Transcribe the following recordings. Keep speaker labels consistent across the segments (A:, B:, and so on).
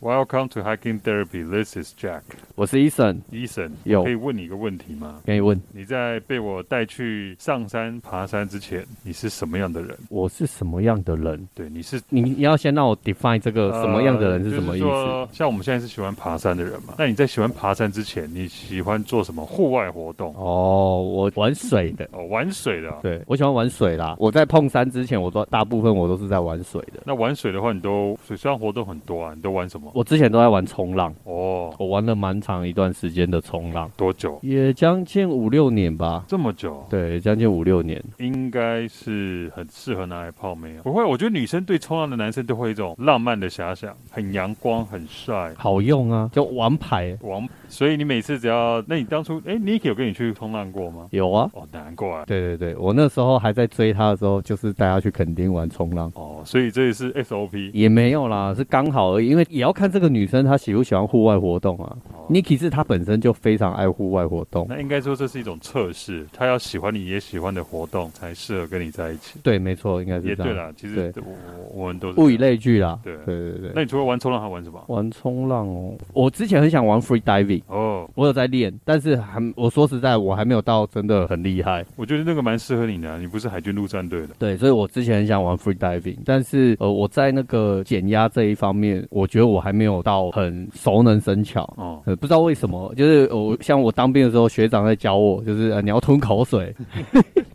A: Welcome to Hiking Therapy. This is Jack.
B: 我是 Eason，
A: 医生，
B: 有
A: 我可以问你一个问题吗？
B: 可以问
A: 你在被我带去上山爬山之前，你是什么样的人？
B: 我是什么样的人？
A: 对，你是
B: 你你要先让我 define 这个
A: 呃
B: 什么样的人是什么意思？
A: 就是说像我们现在是喜欢爬山的人嘛？那你在喜欢爬山之前，你喜欢做什么户外活动？
B: 哦，我玩水的，
A: 哦，玩水的啊、
B: 对我喜欢玩水啦。我在碰山之前，我都大部分我都是在玩水的。
A: 那玩水的话，你都水上活动很多啊，你都玩什么？
B: 我之前都在玩冲浪，
A: 哦，
B: 我玩了蛮长一段时间的冲浪，
A: 多久？
B: 也将近五六年吧。
A: 这么久？
B: 对，将近五六年。
A: 应该是很适合拿来泡妹啊。不会，我觉得女生对冲浪的男生都会有一种浪漫的遐想，很阳光，很帅。
B: 好用啊，就王牌
A: 王，所以你每次只要，那你当初，哎、n i k i 有跟你去冲浪过吗？
B: 有啊。
A: 哦，难怪。
B: 对对对，我那时候还在追他的时候，就是带他去垦丁玩冲浪。
A: 哦，所以这也是 SOP。
B: 也没有啦，是刚好而已，因为也要看这个女生她喜不喜欢户外活动啊。
A: 哦
B: Niki 是她本身就非常爱户外活动，
A: 那应该说这是一种测试，他要喜欢你也喜欢的活动，才适合跟你在一起。
B: 对，没错，应该
A: 也
B: 是这
A: 对
B: 样。
A: 啦，其实我我我们都是
B: 物以。类聚啦。
A: 对
B: 对对
A: 那
B: 对。
A: 你除了玩冲浪还玩什么？
B: 玩冲浪哦，我之前很想玩 free diving，
A: 哦，
B: 我有在练，但是还我说实在，我还没有到真的很厉害。
A: 我觉得那个蛮适合你的啊、你不是海军陆战队的。
B: 对，所以我之前很想玩 free diving，但是呃，我在那个减压这一方面，我觉得我还没有到很熟能生巧。
A: 哦，
B: 呃，不知道为什么，就是我像我当兵的时候，学长在教我，就是、呃、你要吞口水，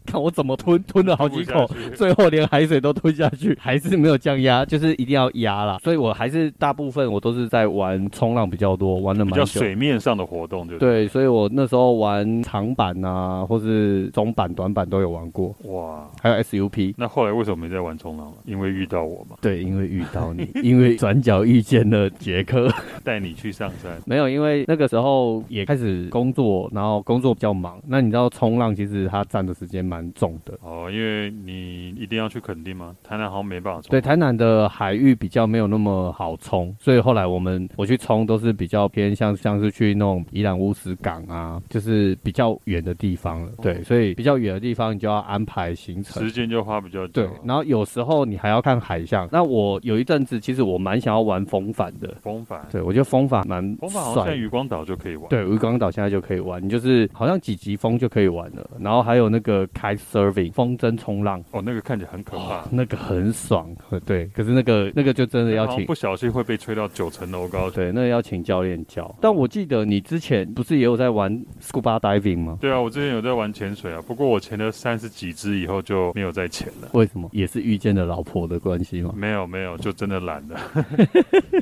B: 看我怎么吞，吞了好几口
A: 吐不下去，
B: 最后连海水都吞下去，还是没有降压，就是一定要压啦。所以我还是大部分我都是在玩冲浪比较多，玩了
A: 比
B: 蛮
A: 较
B: 久。
A: 水面上的活动，对不对？
B: 对，所以我那时候玩长板啊，或是中板、短板都有玩过，
A: 哇，
B: 还有 SUP。
A: 那后来为什么没在玩冲浪了？因为遇到我嘛，
B: 对，因为遇到 你，因为转角遇见了杰克。
A: 带你去上山。
B: 没有，因为那个时候也开始工作，然后工作比较忙。那你知道冲浪其实它占的时间蛮重的。
A: 哦，因为你一定要去垦丁吗？台南好像没办法冲。
B: 对，台南的海域比较没有那么好冲，所以后来我们我去冲都是比较偏向像是去那种宜兰乌石港啊，就是比较远的地方了。
A: 哦
B: 对，所以比较远的地方你就要安排行程
A: 时。间就花比较久
B: 对
A: 了。，
B: 然后有时候你还要看海象。那我有一阵子其实我蛮想要玩风帆的，
A: 风帆，
B: 对我觉得风帆蛮
A: 风帆好
B: 帅
A: 像在渔光岛就可以玩。，
B: 对，渔光岛现在就可以玩，你就是好像几级风就可以玩了。然后还有那个 kite surfing 风筝冲浪，
A: 哦，那个看起来很可怕。
B: 那个很爽。 呃对，可是那个那个就真的要
A: 好像
B: 请
A: 不，小心会被吹到九层楼高。
B: 对，那个要请教练教。但我记得你之前不是也有在玩 scuba diving 吗？
A: 对啊，我之前有在玩潜水啊，不过我潜了三十几只以后就没有再潜了。
B: 为什么？也是遇见了老婆的关系吗？
A: 没有没有，就真的懒了，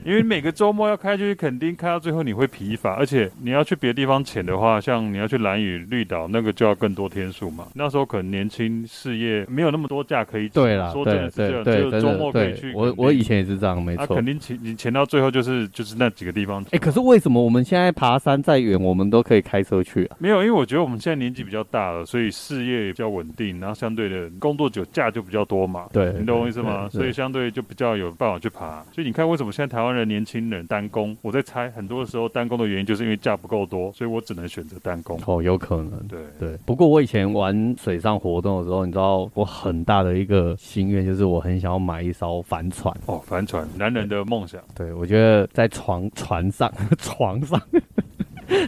A: 因为每个周末要开就去垦丁，开到最后你会疲乏，而且你要去别的地方潜的话，像你要去蓝屿、绿岛，那个就要更多天数嘛。那时候可能年轻，事业没有那么多假可以请。
B: 对啦，
A: 说真
B: 对
A: 的是这
B: 对
A: 样，
B: 对，
A: 只有
B: 真
A: 周
B: 的
A: 末可以去
B: 对，
A: 垦丁。
B: 我我以前也是这样，没
A: 啊，
B: 错
A: 肯。定潜你潜到最后就是就是那几个地方。
B: 哎，可是为什么我们现在爬山再远，我们都可以开车去啊？
A: 没有，因为我觉得我们现在年纪比较大了，所以事业也比较稳定，然后相对的工作酒假就比较多嘛。
B: 对，
A: 你懂我意思吗？
B: 对
A: 所以
B: 对
A: 相对就比较有办法去爬。所以你看，为什么现在台湾人年轻人单工？我在猜，很多时候单工的原因就是因为假不够多，所以我只能选择单工。
B: 哦，有可能。
A: 对，
B: 对，不过我以前玩水上活动的时候，你知道我很大的一个心愿就是我很想要买一艘帆船。
A: 哦，帆船，男人的梦想。
B: 对，我觉得在床船上 床上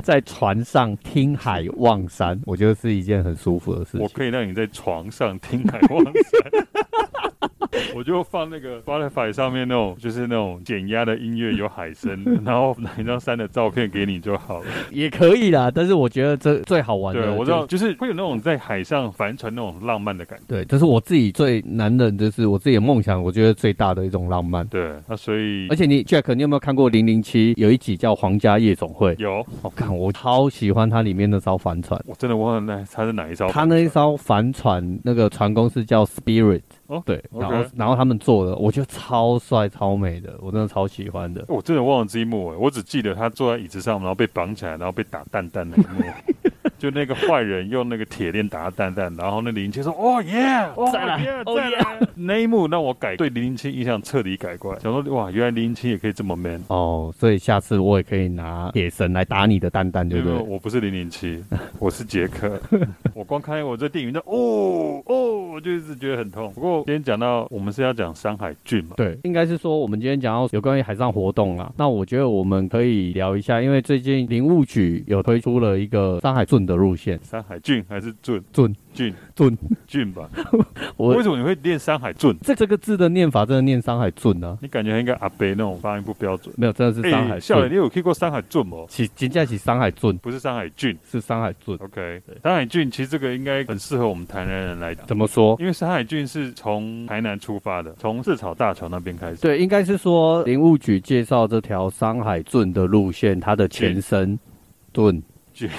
B: 在船上听海望山，我觉得是一件很舒服的事
A: 我
B: 情。
A: 可以让你在床上听海望山。 我就放那个 Spotify 上面那种，就是那种减压的音乐，有海声，然后拿一张山的照片给你就好了。
B: 也可以啦，但是我觉得这最好玩的、
A: 对，我知
B: 就
A: 道，就是会有那种在海上帆船那种浪漫的感觉。
B: 对，这是我自己最男人，就是我自己的梦想，我觉得最大的一种浪漫。
A: 对，那所以
B: 而且你 Jack，你有没有看过《零零七》有一集叫《皇家夜总会》？
A: 有，哦
B: 我、看我超喜欢它里面那艘帆船。
A: 我真的忘了那他是哪一艘
B: 他
A: 帆船。
B: 那一艘帆船，那个船公司叫 Spirit，
A: 哦
B: 对，然后
A: OK
B: 然后他们做的，我觉得超帅超美的，我真的超喜欢的。
A: 我真的忘了这一幕哎，我只记得他坐在椅子上，然后被绑起来，然后被打蛋蛋那一幕。 就那个坏人用那个铁链打他蛋蛋，然后那林青说：“哦耶，哦
B: 再来
A: 耶，
B: 哦
A: 再来。”那一幕让我改对林青印象彻底改观，想说哇，原来林青也可以这么 man。
B: 哦，所以下次我也可以拿铁绳来打你的蛋蛋，对
A: 因
B: 不
A: 为
B: 对？
A: 我不是零零七，我是杰克。我光看我这电影就哦哦，我就一直觉得很痛。不过今天讲到我们是要讲山海郡嘛，
B: 对，应该是说我们今天讲到有关于海上活动啦。那我觉得我们可以聊一下，因为最近林务局有推出了一个山海郡的路线。
A: 山海郡还是郡
B: 郡
A: 郡
B: 郡
A: 郡吧？
B: 我
A: 为什么你会念山海郡？
B: 这这个字的念法真的念山海郡啊，
A: 你感觉应该阿北那种发音不标准。哎
B: 没有，真的是山海
A: 笑脸，
B: 郡。
A: 你有去过山海郡吗？
B: 起金价起山海郡
A: 不是山海郡
B: 是山海郡，
A: ，OK。山海郡其实这个应该很适合我们台南人来讲，
B: 怎么说？
A: 因为山海郡是从台南出发的，从四草大桥那边开始。
B: 对，应该是说林务局介绍这条山海郡的路线，它的前身郡
A: 郡，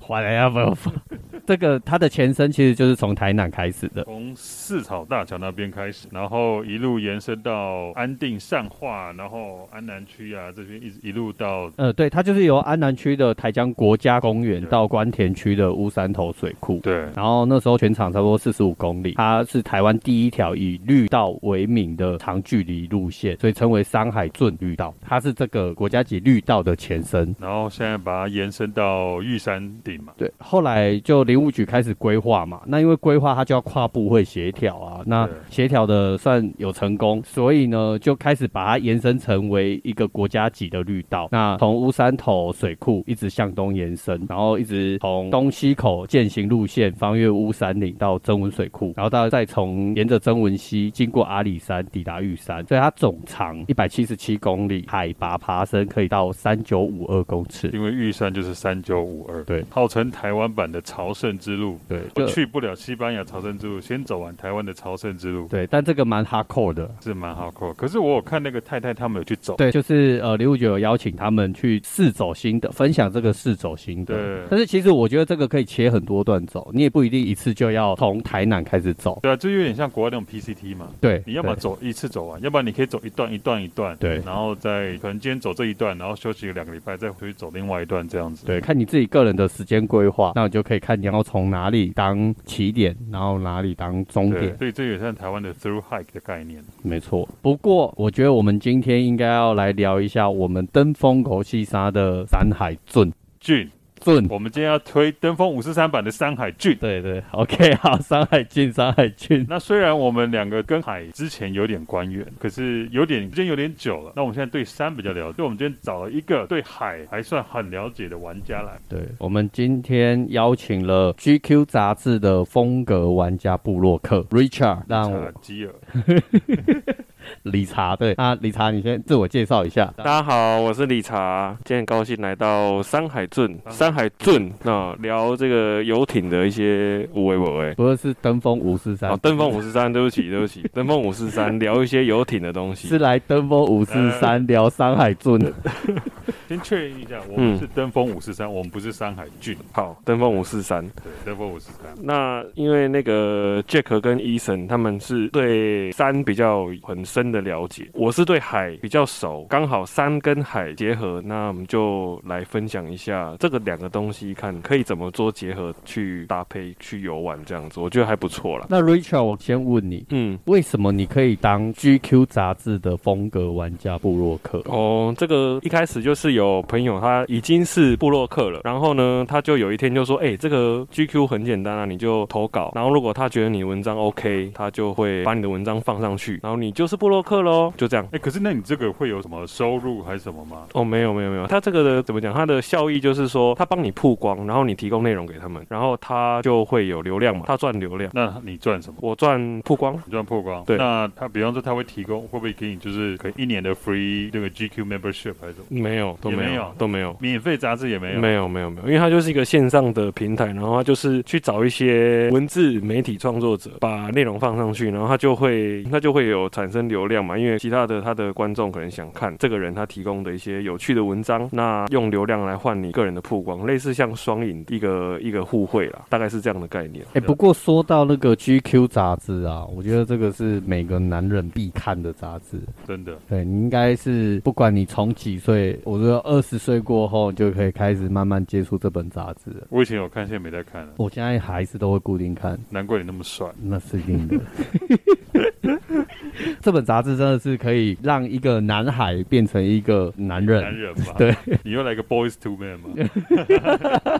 B: 还来要不要放？ 这个它的前身其实就是从台南开始的。
A: 从四草大桥那边开始，然后一路延伸到安定、善化，然后安南区啊这边，一直一路到
B: 呃，对，它就是由安南区的台江国家公园
A: 对
B: 到关田区的乌山头水库。
A: 对
B: 然后那时候全长差不多四十五公里，它是台湾第一条以绿道为名的长距离路线，所以称为山海郡绿道。它是这个国家级绿道的前身。
A: 然后现在把它延伸到玉山顶嘛，
B: 对，后来就林务局开始规划嘛，那因为规划它就要跨部会协调啊，那
A: 对
B: 协调的算有成功，所以呢就开始把它延伸成为一个国家级的绿道。那从乌山头水库一直向东延伸，然后一直从东西口践行路线翻越乌山岭到曾文水库，然后到再从沿着曾文溪经过阿里山抵达玉山，所以它总长一百七十七公里，海拔爬升可以到三九五二公尺。
A: 因为玉山就是三九五二，
B: 对
A: 号称台湾版的朝圣之路。
B: 对，
A: 我
B: 就
A: 去不了西班牙朝圣之路，先走完台湾的朝圣之路
B: 对，但这个蛮 hardcore 的。
A: 是蛮好看。可是我有看那个太太他们有去走，
B: 对，就是呃，刘五九有邀请他们去试走心得，分享这个试走心得
A: 对。
B: 但是其实我觉得这个可以切很多段走，你也不一定一次就要从台南开始走。
A: 对啊，就有点像国外那种 PCT 嘛。
B: 对，
A: 你要么
B: 对
A: 走一次走完，要不然你可以走一段一段一段，
B: 对
A: 然后再可能今天走这一段，然后休息两个礼拜，再回去走另外一段这样子。
B: 对，看你自己个人的时间规划，那你就可以看你要从哪里当起点，然后哪里当终
A: 对，
B: 点。
A: 所以这也像台湾的 through hike 的概念。
B: 没错。不过我觉得我们今天应该要来聊一下我们登峰口西沙的山海圳
A: 郡，
B: 圳。
A: 我们今天要推登峰五四三版的山海郡。
B: 对对，OK，好，山海郡，山海郡。
A: 那虽然我们两个跟海之前有点关联，可是有点时间有点久了。那我们现在对山比较了解，所以我们今天找了一个对海还算很了解的玩家来。
B: 对，我们今天邀请了 GQ 杂志的风格玩家布洛克 Richard，让我
A: 查基尔，
B: 理查对啊，理查，你先自我介绍一下。
C: 大家好，我是理查，今天很高兴来到山海圳，山海圳啊、聊这个游艇的一些无为我为。
B: 不过是登峰五四
C: 啊
B: 三，，
C: 登峰五十三，对不起，对不起，登峰五十三，聊一些游艇的东西
B: 是。来登峰五四
C: 呃
B: 三聊山海尊的。
A: 先确认一下，我们是登峰五四三，我们不是山海郡。
C: 好，登峰五四三。
A: 对，登峰五四三。
C: 那因为那个 Jack 跟 Eason 他们是对山比较很深的了解，我是对海比较熟，刚好山跟海结合，那我们就来分享一下这个两个东西，看可以怎么做结合去搭配去游玩这样子，我觉得还不错啦。
B: 那 Richard，我先问你，
C: 嗯，
B: 为什么你可以当 GQ 杂志的风格玩家布洛克？
C: 哦，这个一开始就是有朋友他已经是布洛克了，然后呢，他就有一天就说，哎、这个 GQ 很简单啊，你就投稿，然后如果他觉得你文章 OK，他就会把你的文章放上去，然后你就是布洛克喽，就这样。
A: 哎、可是那你这个会有什么收入还是什么吗？
C: 哦，没有没有没有，他这个的怎么讲？他的效益就是说，他帮你曝光，然后你提供内容给他们，然后他就会有流量嘛，他赚流量，
A: 那你赚什么？
C: 我赚曝光。
A: 你赚曝光。
C: 对
A: 那他比方说他会提供，会不会给你就是可以一年的 free 这个 GQ membership 还是什么？
C: 没有，都
A: 也
C: 没
A: 没
C: 有
A: 有，
C: 都没有。
A: 免费杂志也没有。
C: 没有没有没有，因为它就是一个线上的平台，然后它就是去找一些文字媒体创作者，把内容放上去，然后它就会它就会有产生流量嘛，因为其他的他的观众可能想看这个人他提供的一些有趣的文章，那用流量来换你个人的曝光，类似像双赢一个一个互惠啦，大概是这样的概念。
B: 哎、不过说到那个 GQ 杂志啊，我觉得这个是每个男人必看的杂志。
A: 真的。
B: 对你应该是不管你从几岁，我觉得二十岁过后你就可以开始慢慢接触这本杂志了。
A: 我以前有看，现在没在看了。
B: 我现在还是都会固定看，
A: 难怪你那么帅。
B: 那是一定的。 这本杂志真的是可以让一个男孩变成一个男人。
A: 男人嘛，
B: 对，
A: 你又来个 boys to man 嘛，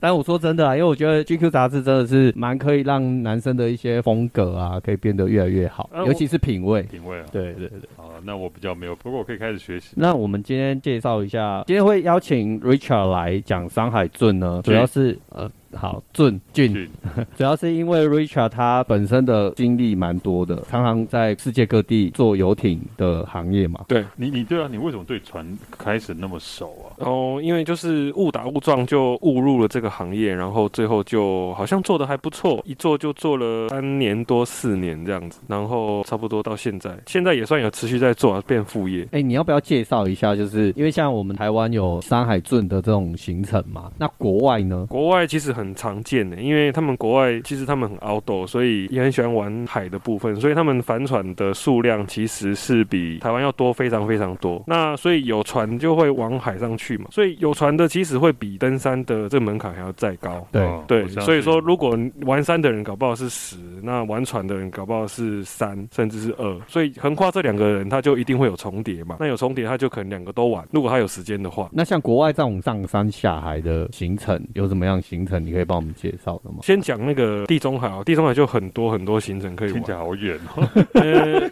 B: 但我说真的啊，因为我觉得 GQ 杂志真的是蛮可以让男生的一些风格啊，可以变得越来越好，
A: 呃我
B: 尤其是品味。
A: 品味啊，
B: 对对对。
A: 好，那我比较没有，不过我可以开始学习。
B: 那我们今天介绍一下，今天会邀请 Richard 来讲《山海俊》呢，主
A: 俊
B: 要是呃，好，俊俊
A: 俊，
B: 主要是因为 Richard 他本身的经历蛮多的，常常在世界各地做游艇的行业嘛。
C: 对，
A: 你你对啊，你为什么对船开始那么熟啊？
C: 然后因为就是误打误撞就误入了这个行业，然后最后就好像做的还不错，一做就做了三年多四年这样子，然后差不多到现在，现在也算有持续在做，变副业。
B: 哎、你要不要介绍一下？就是因为像我们台湾有山海俊的这种行程嘛，那国外呢？
C: 国外其实很常见的，因为他们国外其实他们很 outdoor，所以也很喜欢玩海的部分，所以他们帆船的数量其实是比台湾要多非常非常多。那所以有船就会往海上去嘛，所以有船的其实会比登山的这门槛还要再高。
B: 对
A: 哦
C: 对，
A: 我相信
C: 所以说如果玩山的人搞不好是十，那玩船的人搞不好是三，甚至是二，所以横跨这两个人，他就一定会有重叠嘛。那有重叠，他就可能两个都玩，如果他有时间的话。
B: 那像国外这种上山下海的行程，有什么样的行程你可以帮我们介绍的吗？
C: 先讲那个地中海哦，地中海就很多很多行程可以玩
A: 听起。来好远哦。
C: 呃，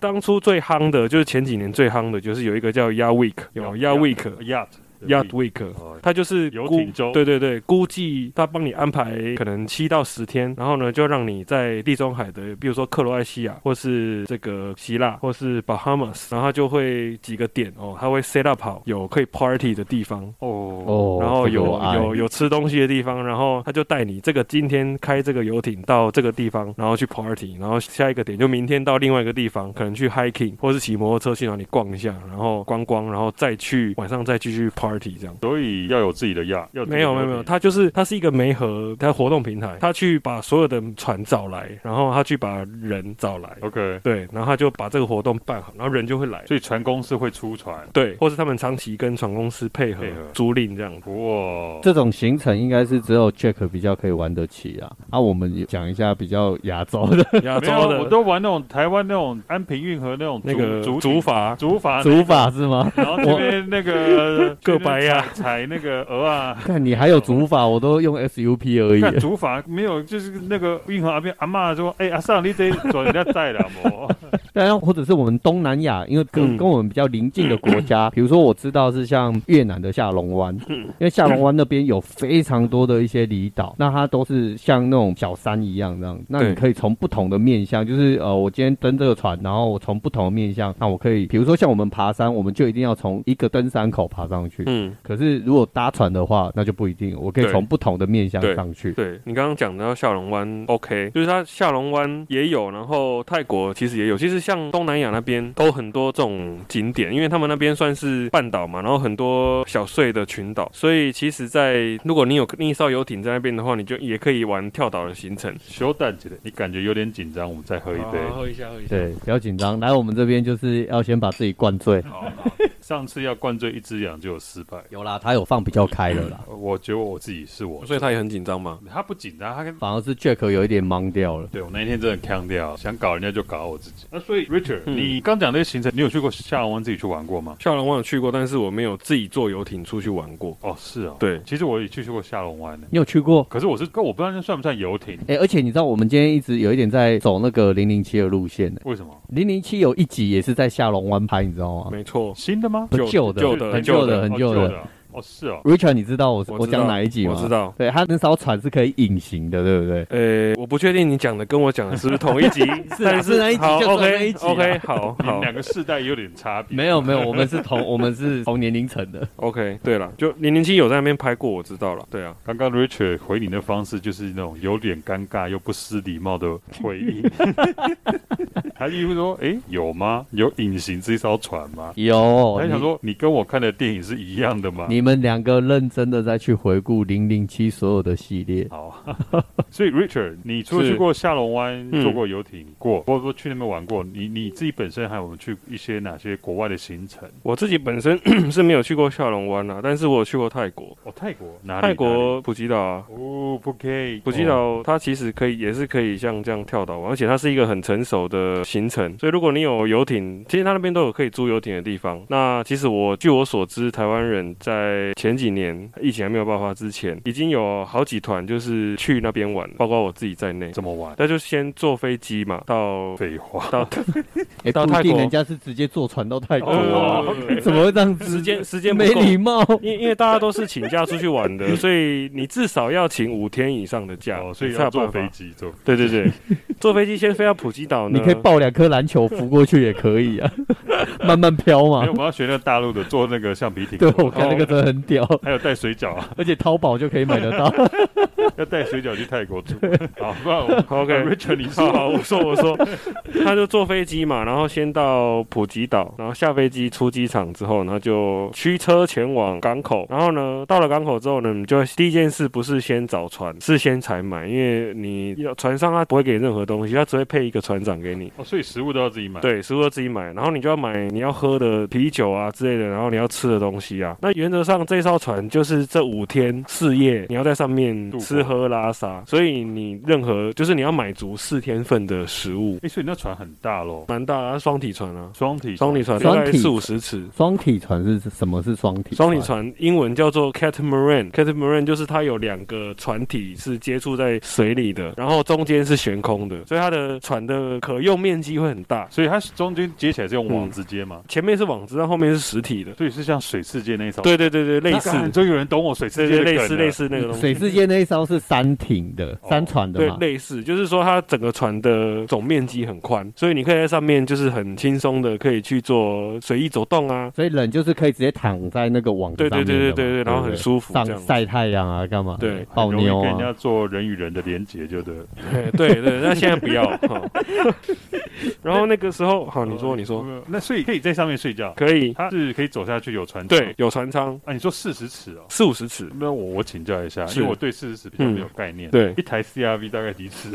C: 当初最夯的就是前几年最夯的，就是有一个叫 y a Week，有 y a Week
A: yacht
C: y a Week，
A: 哦
C: 它就是
A: 游
C: 估
A: 艇周
C: 对对对，估计他帮你安排可能七到十天，然后呢就让你在地中海的，比如说克罗埃西亚，或是这个希腊，或是 Bahamas，然后他就会几个点哦，他会 set up 好有可以 party 的地方，
A: 哦，
B: 哦，
C: 然后
B: 这个
C: 有
B: 我爱
C: 有有吃东西的地方，然后他就带你这个今天开这个游艇到这个地方，然后去 party，然后下一个点就明天到另外一个地方，可能去 hiking 或是骑摩托车去哪里逛一下，然后观光，然后再去晚上再继续 party 这样。
A: 所以要有自己的 yacht，要
C: 没有没有没有，它就是它是一个媒合，它活动平台，它去把所有的船找来，然后它去把人找来，
A: OK，
C: 对，然后它就把这个活动办好，然后人就会来，
A: 所以船公司会出船。
C: 对，或是他们长期跟船公司配合
A: 配合
C: 租赁这样子。
A: 哇，
B: 这种行程应该是只有 Jack 比较可以玩得起啊。啊，我们讲一下比较亚洲的
C: 亚
A: 没有啊
C: 洲，
A: 我
C: 的
A: 都玩那种台湾那种安平运河那种
C: 那个
A: 竹
C: 竹
A: 竹
C: 筏，
A: 竹筏
B: 竹，法是吗？
A: 然后这边那个
C: 各白呀
A: 去那采采那个鹅 啊。
B: 看你还有竹法，我都用 SUP 而
A: 看
B: 已。
A: 竹筏没有，就是那个运河那边阿嬷说：“哎、阿上你得转人家带了么？
B: 当然，或者是我们东南亚，因为跟、
C: 嗯
B: 跟我们比较邻近的国 家，比如说我知道是像越南的下龙湾，
C: 嗯
B: 因为下龙湾那边有非常多的一些离岛，那它都是像那种小山一样这样。那你
C: 对
B: 可以从不同的面向，就是呃，我今天登这个船，然后我从不同的面向，那我可以，比如说像我们爬山，我们就一定要从一个登山口爬上去。
C: 嗯，
B: 可是如果搭船的话，那就不一定。我可以
C: 对
B: 从不同的面向
C: 对
B: 上去。
C: 对你刚刚讲到下龙湾，OK，就是哦它下龙湾也有，然后泰国其实也有，其实像东南亚那边都很多这种景点，因为他们那边算是半岛嘛，然后很多小碎的群岛，所以其实在如果你有另一艘游艇在那边的话，你就也可以玩跳岛的行程。
A: 修蛋姐，你感觉有点紧张，我们再喝一杯。
C: 喝哦一下，喝一下。
B: 对，不要紧张。来，我们这边就是要先把自己灌醉。
A: 好好上次要灌醉一只羊就有失败，
B: 有啦，他有放比较开了 啦，
A: 我觉得我自己是我，
C: 所以他也很紧张嘛。
A: 他不紧张，他跟
B: 反而是 Jack 有一点懵掉了。
A: 对我那一天真的呛掉，想搞人家就搞我自己。那所以 Richard，、
C: 嗯
A: 你刚讲那个行程，你有去过下龙湾自己去玩过吗？
C: 下龙湾有去过，但是我没有自己坐游艇出去玩过。
A: 哦，是哦，，
C: 对，
A: 其实我也去去过下龙湾的，
B: 你有去过？
A: 可是我是，可我不知道那算不算游艇？
B: 哎、而且你知道我们今天一直有一点在走那个零零七的路线呢、
A: 为什么？
B: 零零七有一集也是在下龙湾拍，你知道吗？
C: 没错。
A: 新的吗？
B: 不旧
C: 旧
B: 的，
C: 旧的
B: 很旧的，
A: 哦
B: 很旧的。
A: 哦。哦，是哦，
B: Richard，你知道我
C: 我
B: 我
C: 知道
B: 讲哪一集吗？
C: 我知。道。
B: 对他那艘船是可以隐形的，对不对？
C: 呃，我不确定你讲的跟我讲的是不是同一集，
B: 是啊
C: 但
B: 是那一集
C: 好
B: 就算那一
C: ，OK
B: 集啊
C: OK，好
A: 你们
C: 好
A: 两个世代有点差别。
B: 没有没有，我们是同我们是同年龄层的。
C: OK，对了，就零零七有在那边拍过，我知道了，对啊，
A: 刚刚 Richard 回你的方式就是那种有点尴尬又不失礼貌的回 应，他几乎说：“诶，有吗？有隐形这艘船吗？”
B: 有，
A: 他
B: 哦你
A: 想说：“你跟我看的电影是一样的吗？”
B: 你们两个认真的再去回顾零零七所有的系列。
A: 好，所以 Richard，你出去
C: 是
A: 过下龙湾，
C: 嗯
A: 坐过游艇过，或者说去那边玩过，你你自己本身还有去一些哪些国外的行程？
C: 我自己本身 是没有去过下龙湾啦，但是我有去过泰国，
A: 哦，泰国哪里？
C: 泰
A: 哪里
C: 国普吉岛啊。
A: 哦，不可以，
C: 啊普吉岛它其实可以，也是可以像这样跳岛玩，而且它是一个很成熟的行程。所以如果你有游艇，其实它那边都有可以租游艇的地方。那其实我据我所知，台湾人在前几年疫情还没有爆发之前，已经有好几团就是去那边玩，包括我自己在内。
A: 哦怎么玩？
C: 那就先坐飞机嘛，到
A: 废话，
C: 到
B: 哎，
C: 到
B: 不
C: 泰
B: 一定
C: 国
B: 人家是直接坐船到泰国啊，
A: 哦
C: 呃
B: 怎么会这样子？
C: 时间时间不
B: 没
C: 够
B: 礼貌。
C: 因因为大家都是请假出去玩 的，所以你至少要请五天以上的假，
A: 哦，所以
C: 你才
A: 要
C: 有
A: 坐
C: 办法
A: 飞。机，坐
C: 对对对， 坐飞机先飞到普吉岛呢，
B: 你可以抱两颗篮球浮过去也可以啊，慢慢飘
A: 因
C: 啊
B: 嘛
A: 为我。们要学那个大陆的做那个橡皮艇，哦
B: 对，我看那个真的很屌，
A: 还有带水饺啊，
B: 而且淘宝就可以买得到。
A: 要带水饺去泰国住。好，不然我 啊
C: OK
A: Richard 你
C: 好
A: 说
C: 好，我说我说，他就坐飞机嘛，然后先到普吉岛，然后下飞机出机场之后，然后就驱车前往港口。然后呢，到了港口之后呢，你就第一件事不是先找船，是先采买，因为你船上他不会给任何东西，他只会配一个船长给你。
A: 哦，所以食物都要自己买。，
C: 对，食物都自己买，然后你就要买你要喝的啤酒啊之类的，然后你要吃的东西啊。那原则上这艘船就是这五天四夜，你要在上面
A: 度过
C: 吃喝拉撒，所以你任何就是你要买足四天份的食物，
A: 哎，所以那船很大喽，
C: 蛮大啊，双体船啊，
A: 双体
C: 双体船大
B: 双
C: 概
B: 体
C: 四五十尺。
B: 双体船是什么？是双体？
C: 双体船英文叫做 catamaran，catamaran 就是它有两个船体是接触在水里的，然后中间是悬空的，所以它的船的可用面积会很大。
A: 所以它中间接起来是用网子接嘛，
C: 前面是网子，但后面是实体的。
A: 所以是像水世界那一艘。
C: 对对对对，类似
A: 啊，终于有人懂我水世
C: 对
A: 界
C: 对，
A: 的梗
C: 类
A: 了
C: 似类。似那个东西。
B: 水世界那一艘是三艇的，
A: 哦
B: 三船的
C: 对，
B: 嘛。
C: 类似，就是说它整个船的总面积很宽，所以你可以在上面就是很轻松的可以去做随意走动啊。
B: 所以人就是可以直接躺在那个网子
C: 对
B: 上
C: 对
B: 面的
C: 对
B: 嘛
C: 对对对，然后很舒服这
B: 上
C: 样。
B: 晒太阳啊，干嘛？
C: 对
A: 很
B: 泡
A: 容易
B: 妞
A: 跟人家
B: 啊。
A: 做人与人的连结，就对了。
C: 对对对，那现在不要。哈然后那个时候，好，你说你说
A: 哦那所以可以在上面睡觉，
C: 可以，
A: 它是可以走下去有船。
C: 对，，有船舱
A: 啊，你说四十尺哦。
C: 四五十尺，
A: 那我我请教一下，
C: 是嗯
A: 因为我对四十尺比较没有概念。
C: 对
A: 一台 CRV 大概几尺？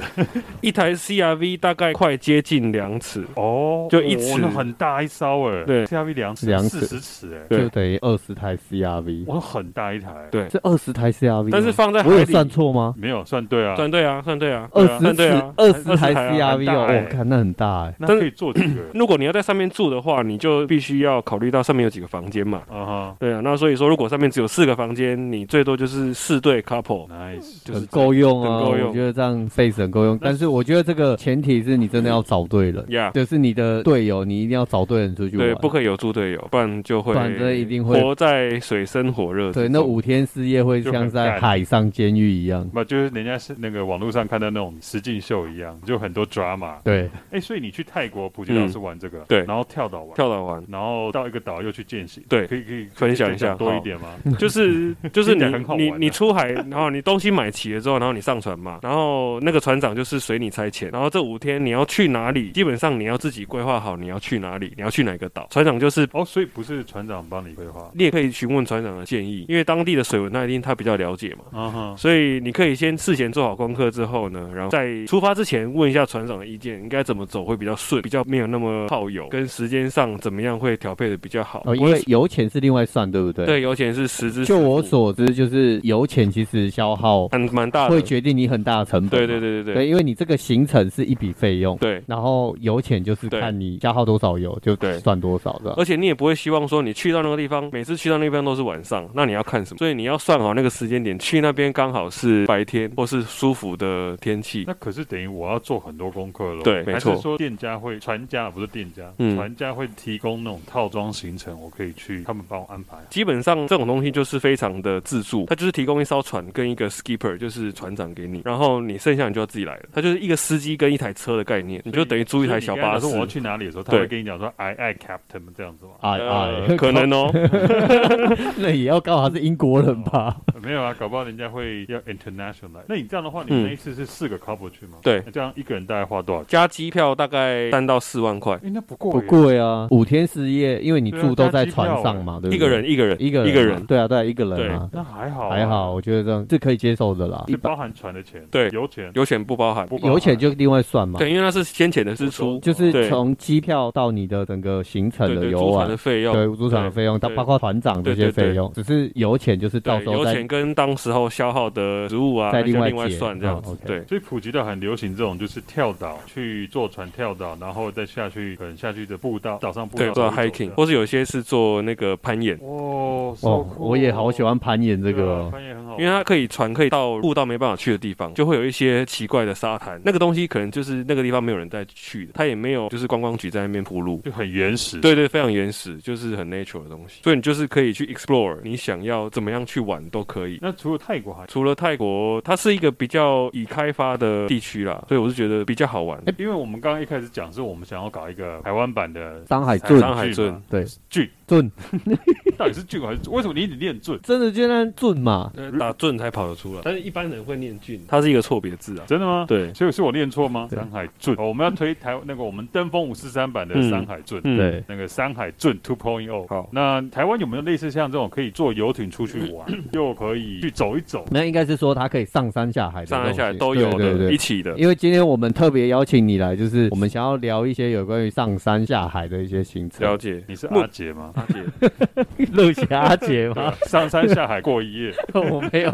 C: 一台 CRV 大概快接近两尺，
A: 哦
C: 就一尺
A: 哦那很大一艘哎。
C: 对
A: ，CRV 两尺，
B: 两尺
A: 四十尺哎。
C: 对
B: 就等于二十台 CRV，
A: 我说很大一台。
C: 对
B: 是二十台 CRV 吗。
C: 但是放在海
B: 啊我有
C: 里，
B: 算错吗？
A: 没有算对啊。
C: 算对啊，算对啊，
B: 二
C: 对啊
B: 十
C: 算对啊
B: 台，二十台
C: 20台啊
A: 很
B: CRV
A: 大欸
B: 哦，我看那很大哎。
A: 那
C: 但？
A: 可以坐几个人
C: 如果你要在上面住的话，你就必须要考虑到上面有几个房间嘛。
A: 啊哈
C: 对啊，那所以说，如果上面只有四个房间，你最多就是四对 couple，
A: ，nice。
C: 就是
B: 很够用
C: 很
B: 啊，
C: 够用
B: 我觉得这样 space 很够用。但是我觉得这个前提是你真的要找对人，
C: 呀
B: 就是你的队友，你一定要找对人出去玩。
C: 对，不可以有猪队友，不然就会，
B: 不然这一定会
C: 活在水深火热之中。
B: 对，那五天四夜会
A: 就很
B: 像在
A: 干
B: 海上监狱一样。
A: 不就是人家是那个网络上看到那种实境秀一样，就很多 drama。
B: 对，
A: 哎，所以你去泰国普吉岛
C: 嗯
A: 是玩这个，
C: 对
A: 然后跳岛玩，，
C: 跳岛玩
A: 然后到一个岛又去践行，
C: 对
A: 可以可以
C: 分享
A: 可以
C: 一下
A: 多一
C: 好嗯
A: 点吗？
C: 就是就是
A: 听起
C: 你
A: 来很好玩
C: 你
A: 啊
C: 你出海，然后你东西买齐了之后，然后你上船嘛，然后那个船长就是随你差遣，然后这五天你要去哪里，基本上你要自己规划好你要去哪里，你要去哪个岛，船长就是
A: 哦，所以不是船长帮你规划，
C: 你也可以询问船长的建议，因为当地的水文他一定他比较了解嘛。
A: 嗯哼，
C: 所以你可以先事前做好功课之后呢，然后在出发之前问一下船长的意见，应该怎么走会比较顺，比较没有那么耗油，跟时间上怎么样会调配的比较好。
B: 哦，因
C: 不会
B: 为油钱是另外算，对不对？。
C: 对油钱是实支实付，
B: 就我所知，就是油钱其实消耗
C: 蛮蛮大的，
B: 会决定你很大的成本嘛。
C: 对对对对对
B: 对，因为你这个行程是一笔费用，
C: 对。
B: 然后油钱就是
C: 对
B: 看你消耗多少油就
C: 对
B: 算多少的。
C: 而且你也不会希望说你去到那个地方，每次去到那个地方都是晚上，那你要看什么？所以你要算好那个时间点，去那边刚好是白天或是舒服的天气。
A: 那可是等于我要做很多功课喽。
C: 对
A: 还
C: 没
A: 是
C: 错
A: 说店家会船家不是店家，
C: 嗯
A: 船家会提供那种套装行程，我可以去，他们帮我安排。
C: 基本上这种东西就是非常的自助，它就是提供一艘船跟一个 skipper，就是船长给你，然后你剩下你就要自己来了。它就是一个司机跟一台车的概念，你就等于租一台小巴
A: 所以你刚
C: 士
A: 才说。我要去哪里的时候，他
C: 对
A: 会跟你讲说 “I I Captain” 这样子吗？
B: 哎
C: 呃，
B: 哎，
C: 可能哦，
B: 那也要刚好他是英国人 吧？
A: 没有啊，搞不好人家会要 international。那你这样的话，你们
C: 嗯
A: 那一次是四个 couple 去吗？
C: 对
A: 那这样一个人大概花多少钱？
C: 加机票大概三到四万块，
A: 应该不贵
B: 不
A: 耶，
B: 贵啊，五天四夜，因为你
A: 对啊
B: 住都在船
A: 加机
B: 上
A: 票
B: 嘛，对不对？
C: 啊一个人一个人
B: 一个人嘛
C: 一个人，
B: 对啊，对啊，一个人啊，
A: 那还好啊，
B: 还好，我觉得这样是可以接受的啦。一
A: 是
B: 般
A: 包含船的钱，
C: 对
A: 油钱，
C: 油钱不包含。
A: 不包含
B: 油钱就另外算嘛，
C: 对，因为那是先前的支出，
B: 就是
C: 对
B: 从机票到你的整个行程
C: 对
B: 的
C: 对，
B: 游
C: 租船
B: 玩
C: 的。费用，
B: 对，入场的费用，到
C: 对
B: 包括团长这些
C: 对对对
B: 费用，只是油钱就是到
C: 对
B: 时候
C: 油
B: 再
C: 钱跟当时候消耗的食物啊，
B: 再
C: 就
B: 另外
C: 另外
B: 结
C: 算这样
B: 哦
C: 子。
B: ，OK
C: 对，
A: 所以普及到很流行这种，就是跳岛去坐船跳岛，然后再下去可能下去的步道，岛上步道
C: 对，做
A: 走一走
C: hiking，或是有些是做那个攀岩，
A: 哦，
B: 哦，我也好喜欢攀岩这个
A: 对啊
B: 哦。
A: 攀岩很好玩，
C: 因为它可以船可以到步道没办法去的地方，就会有一些奇怪的沙滩，那个东西可能就是那个地方没有人再去的，它也没有就是观光局在那边铺路。
A: 就很原始。
C: 对对，非常原始，就是很 natural 的东西，所以你就是可以去 explore，你想要怎么样去玩都可以。
A: 那除了泰国还，
C: 除了泰国，它是一个比较已开发的地区啦，所以我是觉得比较好玩。
A: 因为我们刚刚一开始讲是我们想要搞一个台湾版的
B: 山海
A: 剧
B: 圳
A: 嘛
C: 山海圳，
B: 对，
A: 俊
B: 圳
A: 到底是俊还是为什么你一直念俊？
B: 真的就那圳嘛，
C: 呃打盾才跑得出来，但是一般人会念俊，它是一个错别字啊。
A: 真的吗？
C: 对，
A: 所以是我念错吗？
B: 对
A: 山海圳、哦，我们要推台那个我们登峰五四三版的
C: 嗯
A: 山海圳。
C: 嗯，
B: 对，
A: 那个山海圳 Two Point O，
C: 好
A: 那台湾有没有类似像这种可以坐游艇出去 玩，又可以去走一走？
B: 那应该是说它可以上山下海的东
C: 上
B: 西，
C: 来下来都有
B: 对对
C: 的，
B: 对
C: 一起的。
B: 因为今天我们特别邀请你来，就是我们想要聊一些有关于上山下海的一些行
C: 了
B: 程。
C: 解，
A: 你是
C: 目
A: 阿杰吗？啊
C: 阿姐，
B: 露霞姐吗？
A: 上山下海过一夜，
B: 我没有。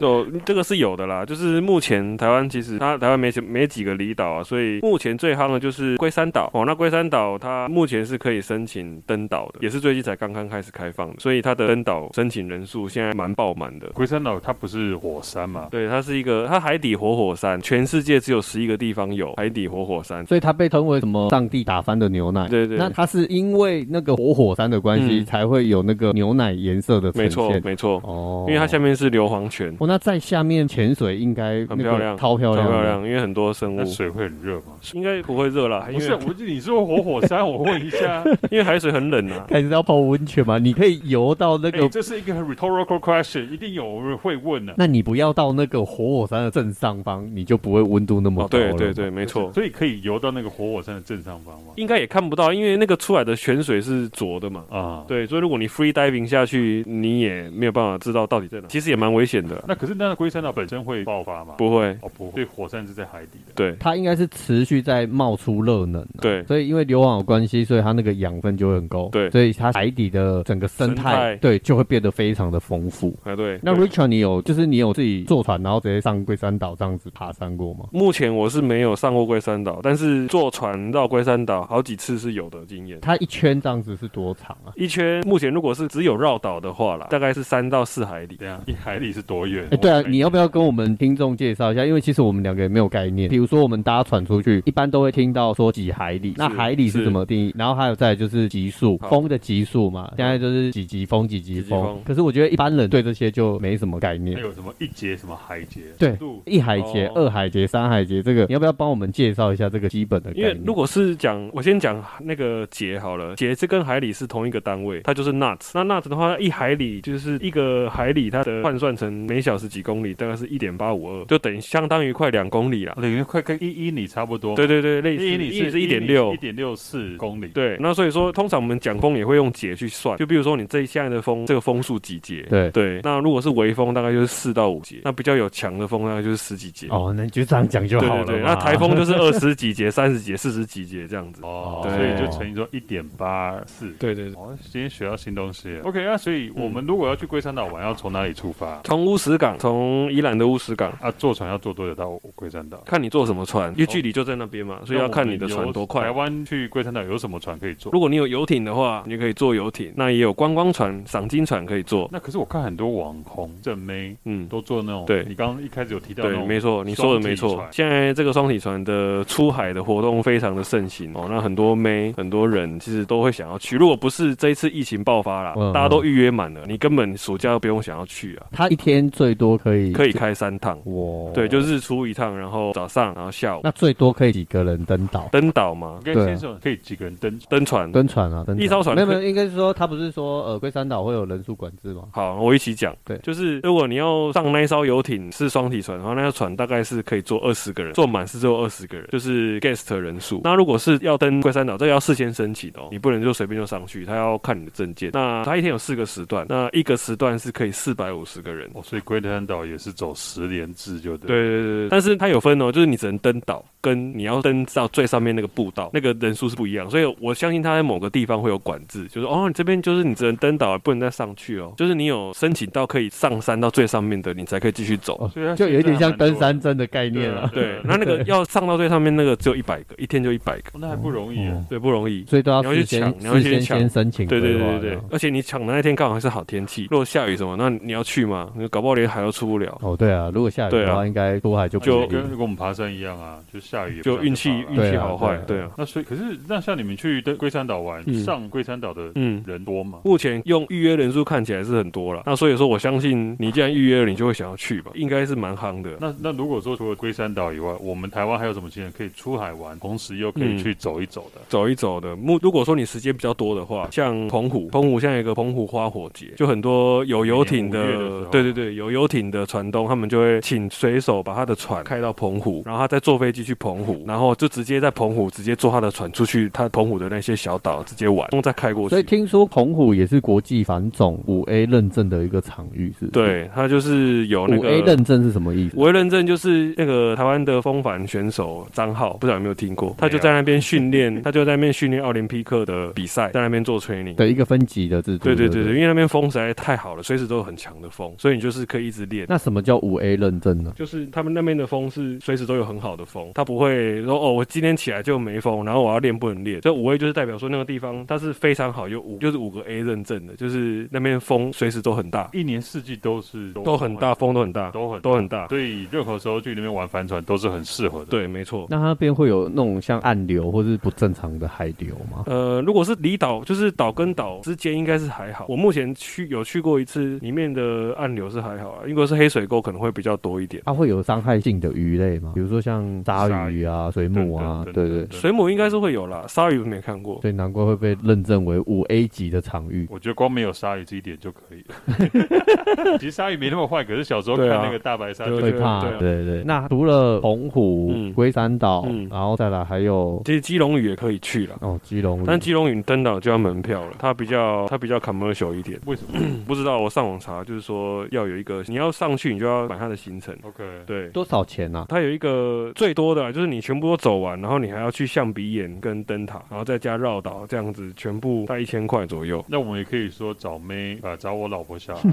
C: 有嗯这个是有的啦，就是目前台湾其实它台湾没什没几个离岛啊，所以目前最夯的就是龟山岛哦。那龟山岛它目前是可以申请登岛的，也是最近才刚刚开始开放的，所以它的登岛申请人数现在蛮爆满的。
A: 龟山岛它不是火山嘛？
C: 对，它是一个它海底活火山，全世界只有十一个地方有海底活火山。
B: 所以它被称为什么上帝打翻的牛奶？
C: 对对
B: 那它是因为那个活火山的关系，
C: 嗯
B: 才会有那个牛奶颜色的呈现。
C: 没错，没错，
B: 哦，
C: 因为它下面是硫磺泉，
B: 哦，那在下面潜水应该那
C: 很漂
B: 个
C: 亮
B: 超漂
C: 超
B: 亮的，
C: 漂亮，因为很多生物
A: 那。水会很热吗？
C: 应该不会热啦，哦哎因
A: 不是，啊
C: 为
A: 我就你说活火山，我问一 下，
C: 因为海水很冷啊。
B: 开始要泡温泉吗？你可以游到那
A: 哎、
B: 个，
A: 这是一个 rhetorical question，一定有人会问的、
B: 那你不要到那个活火山的正上方，你就不会温度那么
C: 哦，
B: 高了。
C: 对对对，没错。
A: 所以可以游到那个活火山的正上方吗？
C: 应该也看不到，因为那个出来的泉水是浊的嘛。
A: 啊，。
C: 对，所以如果你 free diving 下去，你也没有办法知道到底在哪。其实也蛮危险的，啊
A: 那可是那龟山岛本身会爆发吗？，
C: 不会。
A: 哦不会，所以火山是在海底的。
C: 对
B: 它应该是持续在冒出热能、啊，
C: 对
B: 所以因为硫磺有关系，所以它那个养分就会很高，
C: 对
B: 所以它海底的整个生态
C: 生态
B: 对就会变得非常的丰富。
C: 啊，对。
B: 那
C: 对
B: Richard，你有就是你有自己坐船，然后直接上龟山岛这样子爬山过吗？
C: 目前我是没有上过龟山岛，但是坐船到龟山岛好几次是有的经验。
B: 它一圈这样子是多长啊？
C: 一圈目前如果是只有绕岛的话啦，大概是三到四海里。
A: 对 啊，一海里是多远？哦
B: 哎，对啊
A: 我，
B: 你要不要跟我们听众介绍一下？因为其实我们两个也没有概念。比如说我们搭船出去，一般都会听到说几海里，那海里是
C: 是
B: 怎么定义？然后还有再来就是级数，
C: 好
B: 风的级数嘛，现在就是几级风几级
C: 几级
B: 风
C: 风。哎
B: 可是我觉得一般人对这些就没什么概
A: 还
B: 念。
A: 有什么一节什么海节？
B: 对
A: 度，
B: 一海节、
C: 哦
B: 二海节、三海节，这个你要不要帮我们介绍一下这个基本的概
C: 因为
B: 念？
C: 如果是讲，我先讲那个节好了，节是跟海里是同一个单位，它就是 knots。那 knots 的话，一海里就是一个海里，它的换算成每小时几公里，大概是一点八五二，就等于相当于快两公里啦。
A: 等于快跟一一里差不多。
C: 对，对对，类似
A: 一一里
C: 一
A: 是
C: 是一点六
A: 一。点六四公里。
C: 对，那所以说，通常我们讲风也会用节去算，就比如说你这现在的风，这个风速几节？
B: 对
C: 对，那如果是微风，大概就是四到五节；那比较有强的风，大概就是十几节。
B: 哦，那你就这样讲就
C: 对
B: 好
C: 对
B: 了。
C: 对，那台。风就是二十几节、三十节、四十几节这样子。
A: 哦，
B: 对
A: 所以就乘以说一点八四。
C: 对对对。
A: 哦，今天学到新东西了。OK，那嗯所以我们如果要去龟山岛玩，要从哪里出发？
C: 从乌石港，从宜兰的乌石港，
A: 啊，坐船要坐多久到龟山岛？
C: 看你坐什么
A: 哦
C: 船，因为距离就在那边嘛，所以要看你的船
A: 台
C: 多快。
A: 湾去龟山岛有什么船可以坐？
C: 如果你有游艇的话，你就可以坐游艇，那也有观光船、赏金船可以坐。
A: 那可是我看很多网红正妹
C: 嗯，
A: 都坐那种，
C: 对
A: 你刚刚一开始有提到那
C: 对，
A: 种，
C: 没错，你说的
A: 双
C: 没
A: 体
C: 错。
A: 船
C: 现在这个双体船的出海的活动非常的盛行哦，那很多妹、很多人其实都会想要去。如果不是这一次疫情爆发啦，
B: 嗯
C: 大家都预约满了，你根本暑假都不用想要去啊，
B: 它一天最多可以
C: 可以开三趟。
B: 哇，
C: 对，就日出一趟，然后早上，然后下午
B: 哦那最多可以几个人登岛？
C: 登岛嘛，
A: 跟
B: 对啊
A: 先生可以几个人登船？
C: 登船。
B: 登船啊，登
C: 嗯一艘船
B: 没有没
C: 可
B: 有，应该是说他不是说呃龟山岛会有人数管制吗？
C: 好，我一起讲。
B: 对
C: 就是如果你要上那一艘游艇是双体船，然后那艘船大概是可以坐二十个人，坐满是只有二十个人，就是 guest 人数。那如果是要登龟山岛，这个要事先申请的哦，你不能就随便就上去。去，他要看你的证件。那他一天有四个时段，那一个时段是可以四百五十个人。
A: 哦，所以龟山岛也是走十连制，就对。
C: 对对对对，但是它有分哦，就是你只能登岛，跟你要登到最上面那个步道，那个人数是不一样，所以我相信它在某个地方会有管制，就是哦，你这边就是你只能登岛，不能再上去哦，就是你有申请到可以上山到最上面的，你才可以继续走。
B: 哦
A: 所以它
B: 就有一点像登山证的概
A: 现在还蛮多的
B: 念啊了、
C: 对，啊那那个要上到最上面那个只有一百个，一天就一百个，
A: 哦那还不容易
B: 嗯
A: 啊。
C: 对，不容易。
B: 所以都要
C: 你要去
B: 事先
C: 抢你要
B: 事
C: 先
B: 先
C: 抢
B: 先申请
C: 对对
B: 规划
C: 对对对
B: 这样，
C: 而且你抢的那天刚好是好天气，如果下雨什么，那你要去吗？你搞不好连海都出不了，
B: 哦对啊，如果下雨
C: 对
B: 的
C: 啊
B: 话，应该出海就不
C: 就
B: 一定
A: 跟跟我们爬山一样啊，就下雨也不
C: 就
A: 想
C: 运气
A: 爬了
C: 运
B: 对
C: 气
B: 啊
C: 好坏，
B: 对啊
C: 对啊，
A: 那所以可是那像你们去的龟山岛玩，
C: 嗯
A: 上龟山岛的
C: 嗯。
A: 人多吗？
C: 目前用预约人数看起来是很多了，那所以说我相信你既然预约了，你就会想要去吧，应该是蛮夯的。
A: 那那如果说除了龟山岛以外，我们台湾还有什么景点可以出海玩，同时又可
C: 嗯
A: 以去走一走的？
C: 走一走的，目如果说你时间比较多的话，像澎湖，澎湖现在有一个澎湖花火节，就很多有游艇的
A: 每年五月的时，候
C: 对对对，有游艇的船东，他们就会请水手把他的船开到澎湖，然后他再坐飞机去澎湖，然后就直接在澎湖直接坐他的船出去，他澎湖的那些小岛直接玩，然后再开过
B: 所以
C: 去。
B: 听说澎湖也是国际反总五 A 认证的一个场域，是不是？
C: 对，他就是有那
B: 五 A
C: 个
B: 认证是什么意思？
C: 我会认证就是那个台湾的风帆选手张浩，不知道有没有听过？他就在那边训练， 他就在那边训练奥林匹克的比赛，在那边做 training。
B: 的一个分级的制度。
C: 对对
B: 对
C: 对
B: 不
C: 对，因为那边风实在太好了，随时都有很强的风，所以你就是可以一直练。
B: 那什么叫五 A 认证呢？
C: 就是他们那边的风是随时都有很好的风，它不会说哦，我今天起来就没风，然后我要练不能练。这五 A 就是代表说那个地方它是非常好，有五就是五个 A 认证的，就是那边风随时都很大，
A: 一年四季都是都
C: 都很大，，风都很大，
A: 都很
C: 都很大。
A: 所以任何时候去那边玩帆船都是很适合的。
C: 对，没错。
B: 那它那边会有那种像暗流或是不正常的海流吗？
C: 呃，如果是离岛，就是岛跟岛之间应该是还好。我目前去有去过一次，里面的暗流是还好啊。如果是黑水沟，可能会比较多一点。
B: 它会有伤害性的鱼类吗？比如说像鲨鱼啊、水母啊，
A: 等等
B: 对
A: 等
B: 对
A: 等。
C: 水母应该是会有啦，鲨鱼没看过。
B: 所以难怪会被认证为五 A 级的场域。
A: 我觉得光没有鲨鱼这一点就可以了。其实鲨鱼没那么坏，可是小时候看
C: 对啊
A: 那个大白鲨就觉
B: 会
C: 对
A: 得
B: 怕，
C: 对
B: 对
C: 啊
B: 对对。那除了澎湖
C: 嗯、
B: 龟山岛
C: 嗯，
B: 然后再来还有
C: 其实基隆屿也可以去啦，
B: 哦基隆屿，
C: 但基隆屿登岛就要门票了，它比较它比较 commercial 一点。
A: 为什么
C: 不知道我上网查，就是说要有一个你要上去，你就要买它的行程。
A: ？OK，
C: 对。
B: 多少钱 啊？
C: 它有一个最多的啊，就是你全部都走完，然后你还要去象鼻岩跟灯塔，然后再加绕岛，这样子全部在一千块左右。
A: 那我们也可以说找妹啊，找我老婆小孩，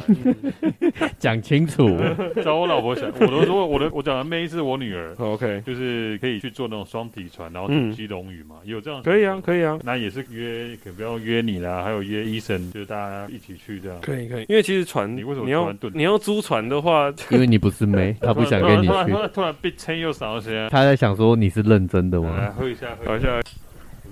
B: 讲清楚。
A: 找我老婆小孩。我都说我的我讲的妹是我女儿，
C: OK，
A: 就是可以去坐那种双体船，然后
C: 嗯
A: 去基隆屿嘛，也有这样
C: 可以啊，。可以啊，
A: 那也是约，可不要约你啦，还有约医生，就是大家一起去这样。
C: 可以可以，因为其实船
A: 你为什么
C: 你
A: 突
C: 要
A: 然顿
C: 你要租船的话，
B: 因为你不是妹，他不想跟你
A: 突然突然突
B: 去，
A: 然突然被牵又少些。
B: 他在想说你是认真的
A: 来
B: 吗？
A: 喝一下，喝
C: 好
A: 一下。
C: 像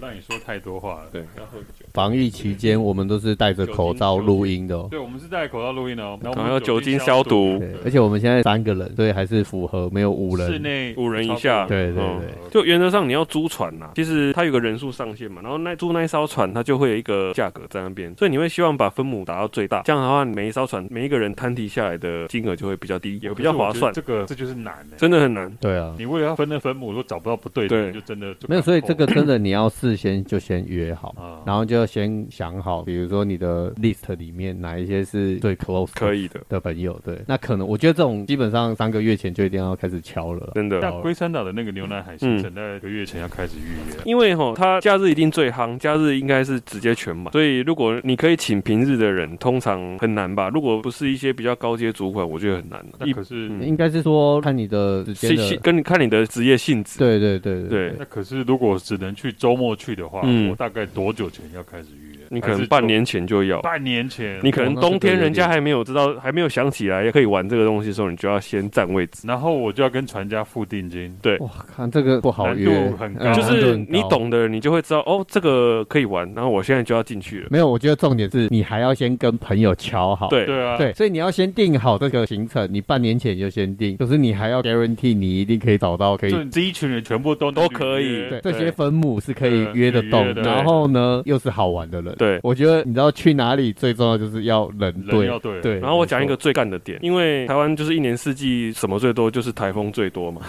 A: 我让你说太多话了。
C: 对
A: 要喝酒。
B: 防疫期间我们都是戴着口罩录音的哦。
A: 对，我们是戴口罩录音的哦，然后我
C: 然
A: 们
C: 后要酒精消。毒，
B: 对，而且我们现在三个人，所以还是符合没有五
A: 室
B: 人。
A: 内
C: 五人以下
B: 对对
C: 嗯
B: 对，
C: 就原则上你要租船呐、其实它有个人数上限嘛，然后那租那一艘船，它就会有一个价格在那边，所以你会希望把分母打到最大，这样的话，每一艘船每一个人摊提下来的金额就会比较低，也比较划
A: 可是我觉得
C: 算
A: 这，个这就是难的。
C: 真的很难。
B: 对啊，
A: 你为了要分那分母，如果找不到不对的，
C: 对啊哦
A: 你就真的就
B: 没有，所以
A: 搞
B: 这
A: 错
B: 个真的你要事先就先约好，
A: 啊，
B: 然后就要先想好，比如说你的 list 里面哪一些是最 close
C: 可以的，
B: 的朋友，对，那可能我觉得这种基本上三个月前就一定要开始敲了啦。
C: 真的。
A: 但龟山岛的那个牛奶海行
C: 嗯
A: 程，在一个月前要开始预约。
C: 因为吼，它假日一定最夯，假日应该是直接全满，所以如果你可以请平日的人，通常很难吧？如果不是一些比较高阶主管，我觉得很难啊。
A: 那
C: 一
A: 可是
C: 嗯
B: 应该是说看你的时间
C: 性
B: 的，
C: 性跟你看你的职业性质，
B: 对对对
C: 对
A: 那可是如果只能去周末去的话，
C: 嗯
A: 我大概多久前要开始预约？
C: 你可
A: 还
C: 能
A: 是
C: 半
A: 就
C: 年前就要。
A: 半年前
C: 你可能
B: 哦那这个
C: 冬天
B: 有点
C: 人家还没有知道，还没有想起来可以玩这个东西的时候，你就要先占位置。
A: 然后我就要跟船家付定金。
B: 哇，看这个不好约
A: 难度，很高
B: 嗯
C: 就是
B: 难度
C: 你
B: 很高
C: 懂的，你就会知道哦，这个可以玩，然后我现在就要进去了。
B: 没有？我觉得重点是你还要先跟朋友敲好，
C: 对，
A: 对啊，
B: 对，所以你要先定好这个行程，你半年前就先定，可是你还要 guarantee 你一定可以找到可以
A: 就你这一群人全部都
C: 都可以
A: 预约
B: 对
C: 对
B: 这些分母是可以约得动
A: 对，
B: 然后呢又是好玩的人，
C: 对。
B: 我觉得你知道去哪里最重要就是要人
A: 人
B: 对，
A: 要对，
B: 对。
C: 然后我讲一个最干的点，因为台湾就是一年四季什么最多，就是台风最多嘛。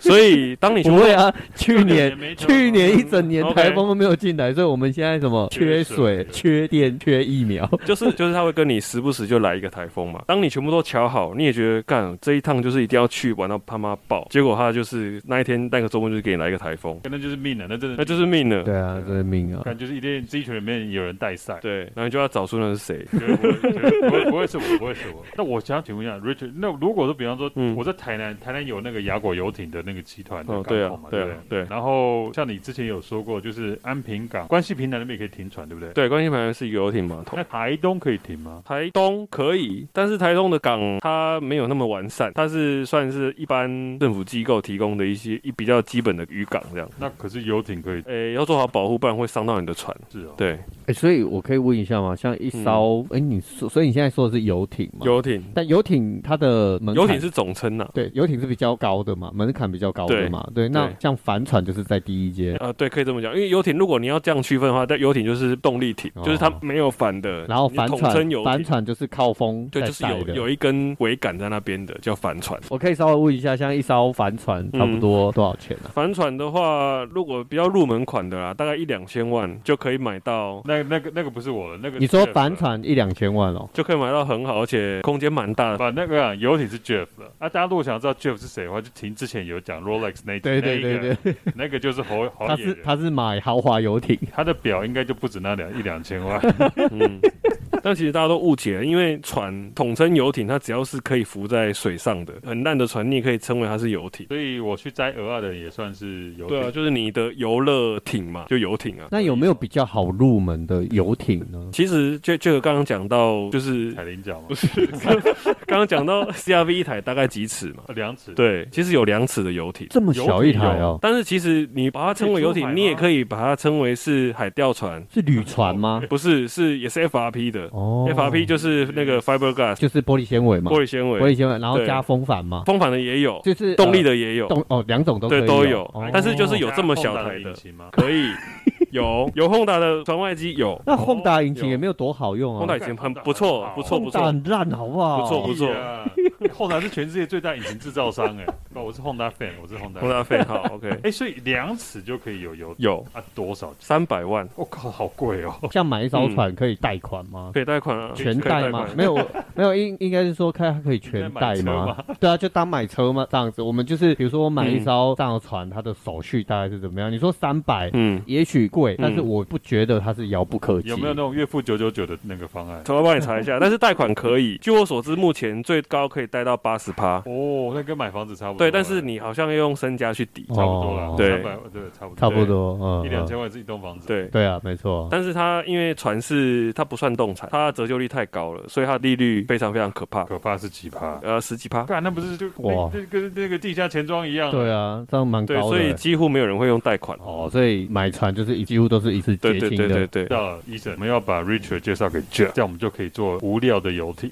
C: 所以当你
B: 没错，不会啊，去年
A: 没错
B: 去年一整年
C: OK
B: 台风都没有进来，所以我们现在什么
A: 缺
B: 缺
A: 水
B: 水、缺电、缺疫苗，
C: 就是就是他会跟你时不时就来一个台风嘛。当你全部都瞧好，你也觉得干这一趟就是一定要去玩到他妈爆，结果他就是那一天那个周末就是给你来一个台风，
A: 可能就是命了，那真
C: 那
A: 的
C: 就是命了。
B: 对啊，这是命啊！
A: 感觉是一定这一群里面有人带赛，
C: 对，然后你就要找出那 是谁。
A: 绝对不会绝对不会不会是我，不会是我。那我想请问一下 Richard，那如果说比方说
C: 嗯
A: 我在台南，台南有那个雅果游艇的那个集团的
C: 哦，
A: 港
C: 对啊
A: 口嘛，，
C: 对
A: 不
C: 啊，对。
A: 然后像你之前有说过，就是安平港、关系平台那边也可以停船，对不对？
C: 对，关西牌是一个游艇码头
A: 那。台东可以停吗？
C: 台东可以，但是台东的港它没有那么完善，它是算是一般政府机构提供的一些一比较基本的渔港这样。
A: 那可是游艇可以
C: 诶、要做好保护，不然会伤到你的船。
A: 是哦。
C: 对，
B: 哎，所以我可以问一下吗？像一艘，哎，你说，所以你现在说的是游艇吗？，
C: 游艇，
B: 但游艇它的门槛
C: 游艇是总称呐、
B: 对，游艇是比较高的嘛，门槛比较高的嘛。对，那
C: 对
B: 像帆船就是在第一阶，
C: 呃，对，可以这么讲，因为游艇如果你要这样区分的话，但游艇就是动力艇，
B: 哦
C: 就是它没有帆的，
B: 然后
C: 你
B: 帆
C: 统
B: 船
C: 称游
B: 帆
C: 艇，
B: 船就是靠风
C: 对，
B: 在
C: 就是
B: 带
C: 有
B: 的
C: 有一根桅杆在那边的叫帆船。
B: 我可以稍微问一下，像一艘帆船
C: 嗯
B: 差不多多少钱啊？
C: 帆船的话，如果比较入门款的啦，大概一两千万就可以买到，
A: 那那个那个不是我了，那个啊
B: 你说
A: Jeff
C: 啊
A: 了
B: 帆船一两千万哦？
C: 就可以买到很好，而且空间蛮 大的。
A: 把那个啊游艇是 Jeff 了啊，大家如果想知道 Jeff 是谁的话，就听之前有讲 Rolex 那一集
B: 对对对对，，
A: 那 一个那个就是侯侯
B: 他
A: 演
B: 是
A: 员，
B: 他是买豪华游艇，
A: 他的表应该就不止那两一两千万，
C: 嗯，但其实大家都误解了，因为船统称游艇，它只要是可以浮在水上的，很烂的船，你也可以称为它是游艇。
A: 所以我去摘鹅啊的也算是游
C: 对啊，
A: 艇。
C: 就是你的游乐艇嘛，就游艇啊。
B: 那有没有比较好入门的游艇呢？
C: 其实就就刚刚讲到， 就是
A: 海菱角嘛，
C: 刚刚讲到 CRV 一台大概几尺嘛？
A: 呃两尺，
C: 对，其实有两尺的游艇。
B: 这么小一台
A: 游
B: 哦，
C: 但是其实你把它称为游
A: 可以出海
C: 艇，
A: 吗
C: 你也可以把它称为是海钓船，
B: 是铝船 吗？
C: 不是，是也是 FRP 的。
B: 哦
C: FRP 就是那个 fiberglass
B: 就是玻璃纤维嘛，
C: 玻璃纤
B: 玻
C: 维，
B: 璃纤维，然后
C: 对
B: 加风帆嘛，
C: 风帆的也有，
B: 就是
C: 动力
B: 的
C: 的也有，
B: 动哦，两种都
C: 对
B: 可以
C: 都
B: 哦
C: 有
A: 哎
B: 哦
C: 但是就是有这么小
A: 加
C: 台的
A: Honda 引擎吗？
C: 可以有有 Honda 的船外机有
B: 那 Honda 引擎
C: 哦有
B: 也没有多好用啊
C: Honda 以前很不错，不错不
B: Honda
C: 错。
B: 很烂，好不好？
C: 不错不错
A: 哎 呀，后来是全世界最大引擎制造商 哎，哦我是 Honda fan，我是 Honda fan。
C: Honda 费好 OK
A: 哎，所以两尺就可以有游
C: 有
A: 啊多少？
C: 三百万
B: 哦
A: 我靠，好贵哦！
B: 像买一艘船可以贷款吗？
C: 可以贷款啊，
B: 全
C: 嗯可以
B: 贷 吗？
C: 款
B: 没有，没有，应应该是说看它可以全贷
A: 你在买
B: 吗？ 对啊，就当买车嘛，这样子。我们就是比如说我买
C: 嗯
B: 一艘这样的船，它的手续大概是怎么样？你说三百，
C: 嗯，
B: 也许贵，但是
C: 嗯
B: 我不觉得它是遥不可及。
A: 有没有那种月付九九九的那个方案？
C: 头发帮你查一 下，但是贷款可以。据我所知，目前最高可以贷到八十趴。
A: 哦，那跟买房子差不多。
C: 对，但是你好像要用身家去抵。
A: 差不多了，
B: 哦
C: 对
A: 三百对，差不多，
B: 差不多？嗯，
A: 一两
B: 嗯
A: 千万是一栋房子。，
C: 对，
B: 对啊，没错。
C: 但是它因为船是它不算动产，它折旧率太高了，所以它利率非常非常可怕，
A: 可怕是奇葩。
C: 呃，十几趴。
A: 干，那不是就哇
B: 哇，
A: 那跟那个地下钱庄一样。
B: 对啊，这样蛮
C: 对，
B: 高
C: 所以
B: 的。
C: 几乎没有人会用贷款。
B: 哦，所以买船就是一几乎都是一次
C: 对
B: 结
C: 对
B: 清
C: 对对
B: 的。
C: 对，
A: 到医生，我们要把 Richard 介绍给 Jeff，这样我们就可以做无料的游艇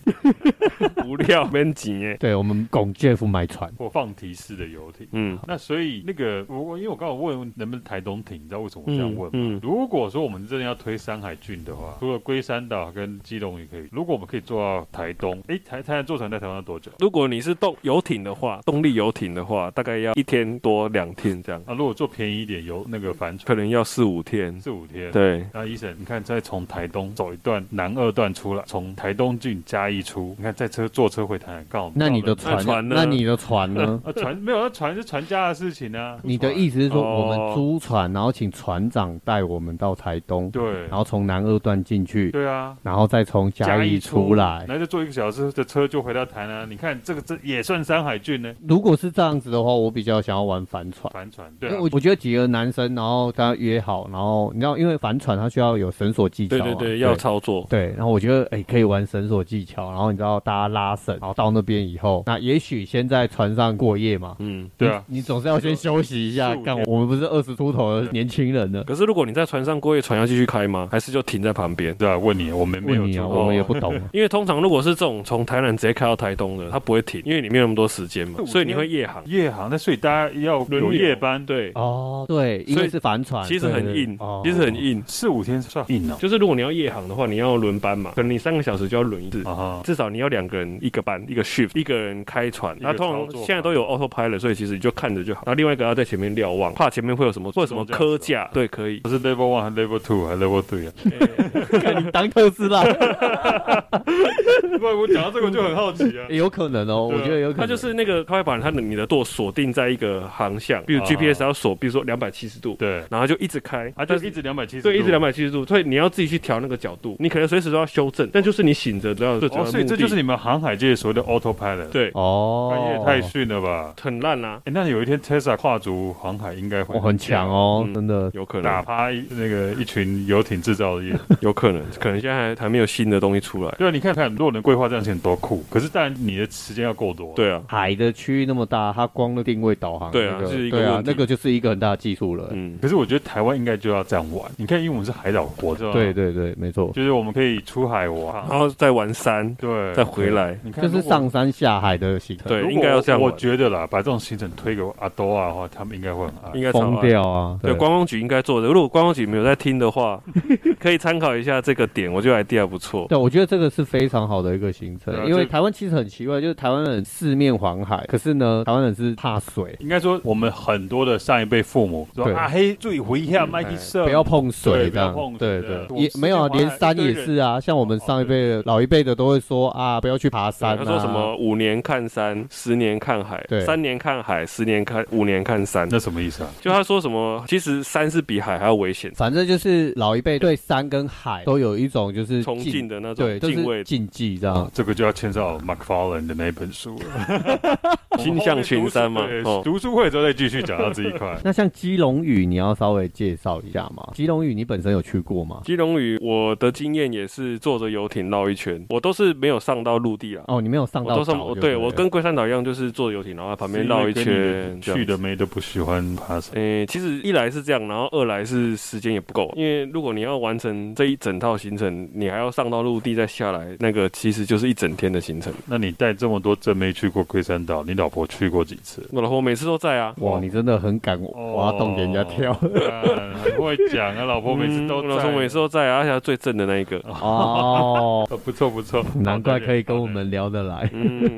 C: 无料没钱耶。
B: 对，我们拱 Jeff 买船，
A: 或放题式的游艇。
C: 嗯
A: 那所以那个我我因为我刚好问能不能台东艇，你知道为什么我这样问吗？
C: 嗯，
A: 如果说我们真的要推山海郡的话，除了龟山岛跟基隆也可以。如果我们可以做到台东，诶，台台南坐船在台湾要多久？
C: 如果你是动游艇的话，动力游艇的话，大概要一天多两天这样，
A: 啊，如果做便宜一点，游那个帆船
C: 可能要四五天。
A: 四五天。
C: 对，
A: 那医生，你看再从台东走一段南二段出来，从台东郡嘉义出，你看再车坐车回台南，告诉
B: 那你的
C: 那
B: 船，
C: 船呢
B: 那你的船呢？
A: 啊 船没有，那船是船家的事情啊。
B: 你的意思是说，
C: 哦
B: 我们租船，然后请船长带我们到台东，
A: 对
B: 然，后从南二段进去，
A: 对啊，
B: 然后再从嘉义出来。
A: 然后就坐一个小时的车就回到台南。你看这个这也算山海郡呢，
B: 如果是这样子的话，我比较想要玩帆船。
A: 帆船
B: 因
A: 对
B: 为
A: 啊
B: 我我觉得几个男生，然后大家约好，然后你知道，因为帆船它需要有绳索技巧、
C: 对
B: 啊，
C: 对对，要操作。
B: 对，然后我觉得哎、可以玩绳索技巧，然后你知道大家拉绳，然后到那边以后，那也许先在船上过夜嘛。
C: 嗯，
A: 对啊，
B: 你，你总是要先休息一下
A: 四。五
B: 干
A: 天，
B: 我们不是二十出头的年轻人了。
C: 可是如果你在船上过夜，船要继续开吗？还是就停在旁边？
A: 对啊，问你，我们没有哦
B: 问你啊，
A: 做
B: 我
A: 过
B: 们也不懂啊。
C: 因为通常如果是这种从台南直接开到台东的，它不会停，因为你没有那么多时间嘛，所以你会夜航。
A: 夜航，那所以大家要
C: 轮
A: 有
C: 流
A: 夜班，
C: 对，
B: 哦，对，因
C: 所
B: 为
C: 以
B: 是帆船，
C: 其实
B: 对哦
C: 很硬，
A: 哦
C: 其实很。硬。
A: 四五天算硬哦。
C: 就是如果你要夜航的话，你要轮班嘛，可能你三个小时就要轮一
B: 哦
C: 次。
A: 啊哈，
C: 至少你要两个人一个班一个 shift，一个人开船，
A: 一个
C: 然后通
A: 操
C: 常
A: 作法
C: 现在都有 auto pilot，所以其实你就看着就好。然后另外一个要在前面瞭望，怕前面会有什么或者什
A: 啊
C: 么科架，对，可以。
A: 不是 level one 还 level two 还 level three 啊？
B: 哦 看你当特斯 拉，
A: 不，我讲到这个就很好奇啊。
B: 有可能哦，我
A: 对啊
B: 觉得有可能。
C: 它就是那个，它会把它的你的舵锁定在一个航向，比如
A: 啊
C: GPS 要锁，比如说两百七十度，
A: 对，
C: 然后就一直开，
A: 啊，就
C: 但
A: 是一直两百七十，
C: 对，一直两。百七十度，所以你要自己去调那个角度，你可能随时都要修正，但就是你醒着都要最主要
A: 哦，
C: 的
A: 所以这
C: 目的
A: 就是你们航海界所谓的 autopilot。，
C: 对，
A: 半
B: 哦
A: 夜，太逊了吧？
C: 很烂啊，
A: 哎，那有一天 Tesla 跨足航海应该会
B: 我很强哦，
C: 嗯
B: 真的。
C: 有可
A: 打
C: 能，
A: 趴一那个一群游艇制造 业。
C: 有可能，可能现在还还没有新的东西出来。
A: 对啊，你看看，如果能规划这样钱多酷，可是当然你的时间要够多。，
C: 对啊，
B: 海的区域那么大，它光的定位导航，
C: 对啊
B: 那个
C: 是一个
B: 对啊
C: 问，题
B: 那个就是一个很大的技术了。
C: 嗯，
A: 可是我觉得台湾应该就要这样玩。你看，因为我们是海岛国，知道吗
C: 啊
B: 对，对对，没错，
A: 就是我们可以出海玩
C: 然，后再玩山，
A: 对，
C: 啊再回来。
A: 你看，
B: 就是
A: 如果
B: 上山下海的行程，
C: 对
A: 如果
C: 应该要这样玩
A: 我觉得啦，把这种行程推给阿多啊的话，他们应该会很爱
C: 应。该超
B: 疯
C: 爱。
B: 掉啊！
C: 对，观光局应该做的。如果观光局没有在听的话， 可以参考一下这个点，我觉得 idea 不错。
B: 对，我觉得这个是非常好的一个行程
A: 对，啊
B: 因为
A: 这
B: 台湾其实很奇怪，就是台湾人四面环海，可是呢，台湾人是怕水，
A: 应该说，我们很多的上一辈父母说
B: 对哎
A: 啊，嘿，注意回一下麦迪社，
B: 不要碰
A: 对
B: 水
A: 不
B: 这
A: 要
B: 样
A: 碰，
B: 对
A: 水对
B: 对
A: 啊，我
B: 也
A: 四面
B: 没有啊，
A: 环海
B: 连山也
A: 一堆人
B: 是啊，像我们
C: 哦
B: 上一辈的老一辈的都会说啊，不要去爬山
C: 他
B: 啊，
C: 说什么五年看山，十年看海
B: 对，
C: 三年看海，十年看五年看山。
A: 那什么意思啊？
C: 就他说什么，其实山是比海还要危险，
B: 反正就是老一辈对山跟海都有一种就是
C: 崇敬的那种
B: 对，就
C: 敬畏
B: 是禁忌这样。
A: 这个就要牵涉到 McFarlane 的那一本书了，
C: 心向群山嘛
A: 我们后面读书
C: 哦
A: 对读书会之后再继续讲到这一块。
B: 那像基隆屿，你要稍微介绍一下吗？基隆屿你本身有去过吗？
C: 基隆屿，我的经验也是坐着游艇绕一圈，我都是没有上到陆地啊。
B: 哦，你没有上
C: 我
B: 到
C: 都是
B: 岛
C: 我
B: 就
C: 对
B: 了
C: 我跟龟山岛一样，就是坐游艇，然后 旁边绕一
A: 是因为跟
C: 圈
A: 你
C: 这样
A: 去的妹都不喜欢爬山，
C: 诶、其实一来是这样，然后二来是时间也不够，因为如果你要完成这一整套行程，你还要上到陆地再下来，那个其实就是一整天的行程。
A: 那你带这么多正妹去过龟山岛，你老婆去过几次？
C: 我老婆每次都在啊，
B: 哇，你真的很敢
A: 哦
B: 挖洞给人家 跳
A: 嗯很会讲啊，老婆每次都
C: 嗯
A: 在，
C: 我老婆每次都在啊，而且她最正的那一个。
B: 哦，
A: 呃不错不错，
B: 难怪可以跟我们聊得来。
C: 嗯，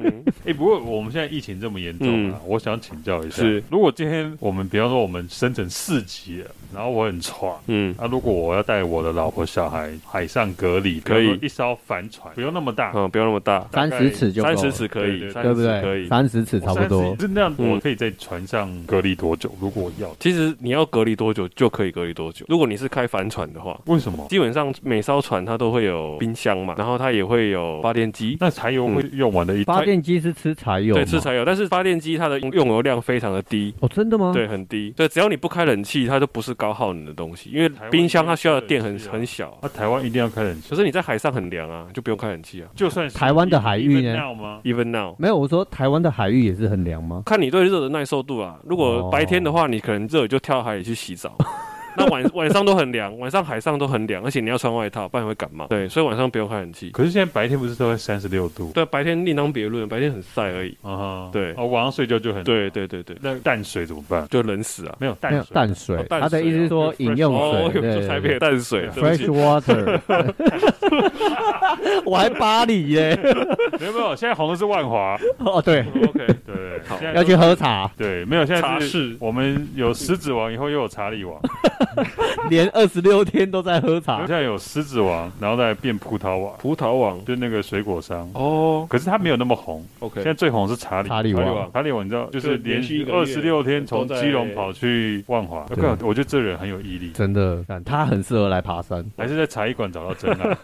A: 哎、不过我们现在疫情这么严重啊，我想请教一下，
C: 是
A: 如果今天我们比方说我们升成四级了，然后我很喘。
C: 嗯，
A: 啊，如果我要带我的老婆小孩海上隔离，
C: 可以
A: 比方说一艘帆船，不用那么大，
C: 嗯，不要那么大，
B: 三
A: 大
B: 十
A: 概
B: 尺就够
C: 三
B: 了，
C: 十尺可以，
A: 对对
C: 三
B: 对
C: 十
B: 不
C: 尺可以
B: 对？。三十尺差不多
A: 30。是那样，
C: 嗯
A: 我可以在船上隔离多久？如果我要，
C: 其实你要隔离多久就可以隔离多久。如果你是开帆船的话，
A: 为什么？
C: 基本上每艘船它都会有冰箱嘛，然后它也会有发电机，
A: 那柴油
C: 嗯
A: 会用完的一，
B: 发电机是吃柴油吗，
C: 对，吃柴油，但是发电机它的用油量非常的低，
B: 哦，真的吗？，
C: 对，很低。对，只要你不开冷气，它就不是高耗能的东西，因为
A: 台湾
C: 冰箱它需要的
A: 也
C: 电
A: 是
C: 很
A: 啊
C: 很小啊、
A: 那、台湾一定要开冷气
C: 可，是你在海上很凉啊，就不用开冷气啊。
A: 就算是
B: 台湾的海域呢
A: even now 吗？
C: Even now，
B: 没有，我说台湾的海域也是很凉吗？
C: 看你对热的耐受度啊。如果白天的话，你可能热就跳海里去洗澡。那晚晚上都很凉，晚上海上都很凉，而且你要穿外套，不然会感冒。对，所以晚上不用开冷气。
A: 可是现在白天不是都在三十六度？
C: 对，啊白天另当别论，白天很晒而已。
A: 啊哈，
C: 对
A: 哦，晚上睡觉就很，
C: 对对对对，
A: 那淡水怎么办？
C: 就冷死啊。
A: 没有
B: 没有
A: 淡水，
B: 淡水
C: 哦，淡
B: 他的
C: 水
B: 意思是
C: 哦
B: 说
A: 就
B: 饮
A: fresh-
B: 用
C: 哦，
B: 水，
C: 我
B: 对
C: 说台北
B: 对啊
C: 的淡水，对不
B: ，fresh
C: 起。
B: water。我还巴黎耶！
A: 没有没有，现在红的是万华，
B: 哦，对，
C: OK，
A: 对，
C: 好
A: 现在
B: 要去喝茶，
A: 对，没有现
C: 茶
A: 在是
C: 室
A: 我们有狮子王，以后又有查理王，
B: 连二十六天都在喝茶
C: 啊
A: 现。在有狮子王，然后再变葡萄王，
C: 葡萄网。
A: 就那个水果商。
C: 哦
A: 可是他没有那么红，
C: ，OK，
A: 现在最红是查理
B: 查理
C: 王
A: 查理王你知道，就是
C: 就连
A: 连
C: 续一
A: 续
C: 个月
A: 二十六天从
C: 都在
A: 基隆跑去万华，我
B: 对
A: 靠我觉得这人很有毅力，
B: 真的，干他很适合来爬山。
A: 还是在茶艺馆找到真 爱。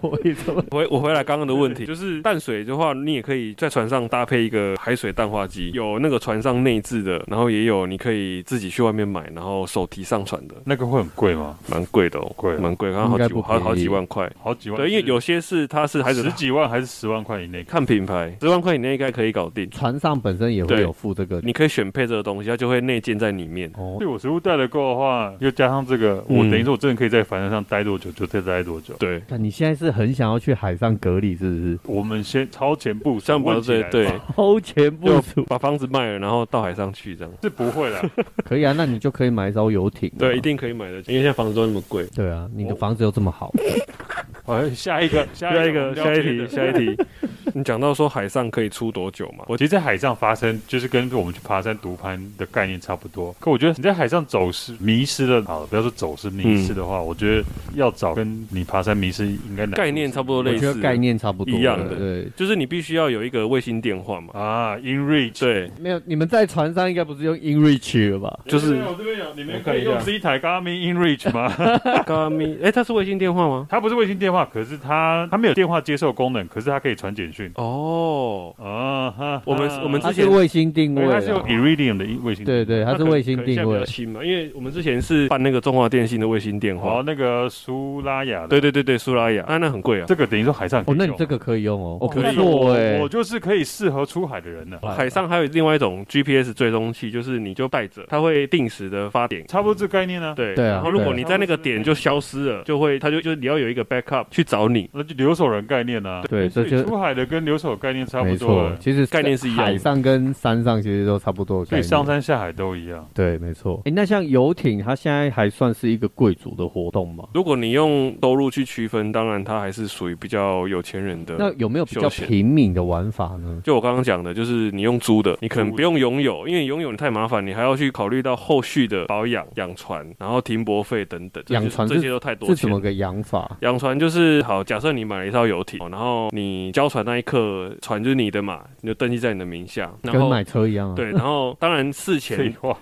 B: 我也这么
C: 我回我回来刚刚的问题，就是淡水的话，你也可以在船上搭配一个海水淡化机，有那个船上内置的，然后也有你可以自己去外面买，然后手提上船的。
A: 那个会很贵吗？
C: 蛮贵的哦，
A: 贵啊
C: 蛮贵，刚刚好
B: 应
C: 几
B: 该不
C: 好好
B: 便宜
C: 几万块。
A: 好几万，
C: 对，因为有些是它是还是
A: 十几万还是十万块以内，
C: 看品牌，十万块以内应该可以搞定。
B: 船上本身也会
C: 对
B: 有附这个
C: 你可以选配这个东西，它就会内建在里面。
B: 哦，
A: 对我食物带的够的话，又加上这个，我
C: 嗯
A: 等于说我真的可以在帆船上待多久就再待多久。
C: 对，
B: 看你现在是很想要去海上隔离，是不是？
A: 我们先超前部署，
C: 这样不
A: 问起
C: 对
A: 来
C: 对
A: 吧，
B: 超前部署
C: 把房子卖了，然后到海上去这样。
A: 是不会啦。
B: 可以啊，那你就可以买一艘游艇、
C: 对，一。定可以买的，因为现在房子都那么贵。
B: 对啊，你的房子又这么好，
A: 好，下一个， 下
C: 下一
A: 一
C: 个，
A: 个，
C: 下一
A: 我
C: 题，
A: 们了解的
C: 下一 题。你讲到说海上可以出多久嘛？
A: 我
C: 我
A: 其实，在海上发生，就是跟我们去爬山、独攀的概念差不多。可我觉得你在海上走失、迷失了，好了，不要说走失、迷失的话，我觉得要找跟你爬山迷失应该难度
C: 概念差不多
B: 我
C: 类
B: 觉
C: 似
B: 得概，念差不多
C: 一样的
B: 对，
C: 就是你必须要有一个卫星电话嘛。
A: 啊。In reach，
C: 对，
B: 没有，你们在船上应该不是用 InReach 了吧？
C: 就是
A: 我这边有，你
C: 们
A: 们
C: 可
A: 可
C: 以
A: 以
C: 用
A: 用这一台 Garmin In reach 吗？
C: 高咪，哎，它是卫星电话吗？
A: 它不是卫星电话，可是它它没有电话接受功能，可是它可以传简讯。
C: 哦，
A: 哦，哈
C: 我们
A: 哈
C: 我们之
B: 它
C: 前
B: 是卫星定
A: 因为
B: 位
A: 它是用
B: 啦，
A: Iridium 的卫星，
B: 对对，它是卫星定
C: 可能现在
B: 位啊
C: 比较，新嘛，因为我们之前是办那个中华电信的卫星电
A: 哦
C: 话。，
A: 那个苏拉雅的，
C: 对对对对，苏拉雅，那那很贵啊。
A: 这个等于说海上可
B: 哦
A: 以，
B: 那你
A: 用
B: 这个可以用哦，
A: 哦
B: 哦，不
A: 那
B: 错哎
A: 我我，就是可以适合出海的人呢。
C: 海上还有另外一种 GPS 追踪器，就是你就带着，它会定时的发点。
A: 差不多这概念呢、
C: 对
B: 对啊
C: 然后如果你在那个点就消失了，就会它就就是你要有一个 backup 去找你。
A: 那就留守人概念呢、啊。
B: 对，
A: 所
B: 这
A: 以
B: 就
A: 出海的跟留守概念差不
B: 没
A: 多
B: 错
A: 了，，
B: 其实
C: 概念是一样的
B: 海上跟山上其实都差不多的概
A: 所以
B: 念，
A: 上山下海都一样。
B: 对，没错。哎，那像游艇，它现在还算是一个贵族的活动吗？
C: 如果你用收入去区分，当然它还是属于比较有钱人
B: 那
C: 的。
B: 有没有比
C: 嗯休
B: 较
C: 闲
B: 平民的玩法呢？
C: 就我刚刚讲的，就是你用租的，你可能不用拥有，因为拥有你太麻烦，你还要去考虑到后续的保养、养船，然后停泊费等等，这
B: 养船
C: 这些都太多
B: 是
C: 钱
B: 怎
C: 了
B: 么。个养法？
C: 养船就是好，假设你买了一艘游艇，哦然后你交船那一刻，船就是你的嘛，你就登记在你的名下，然
B: 跟
C: 后
B: 买车一样啊。，
C: 对，然后当然事
A: 废
C: 前
A: 话，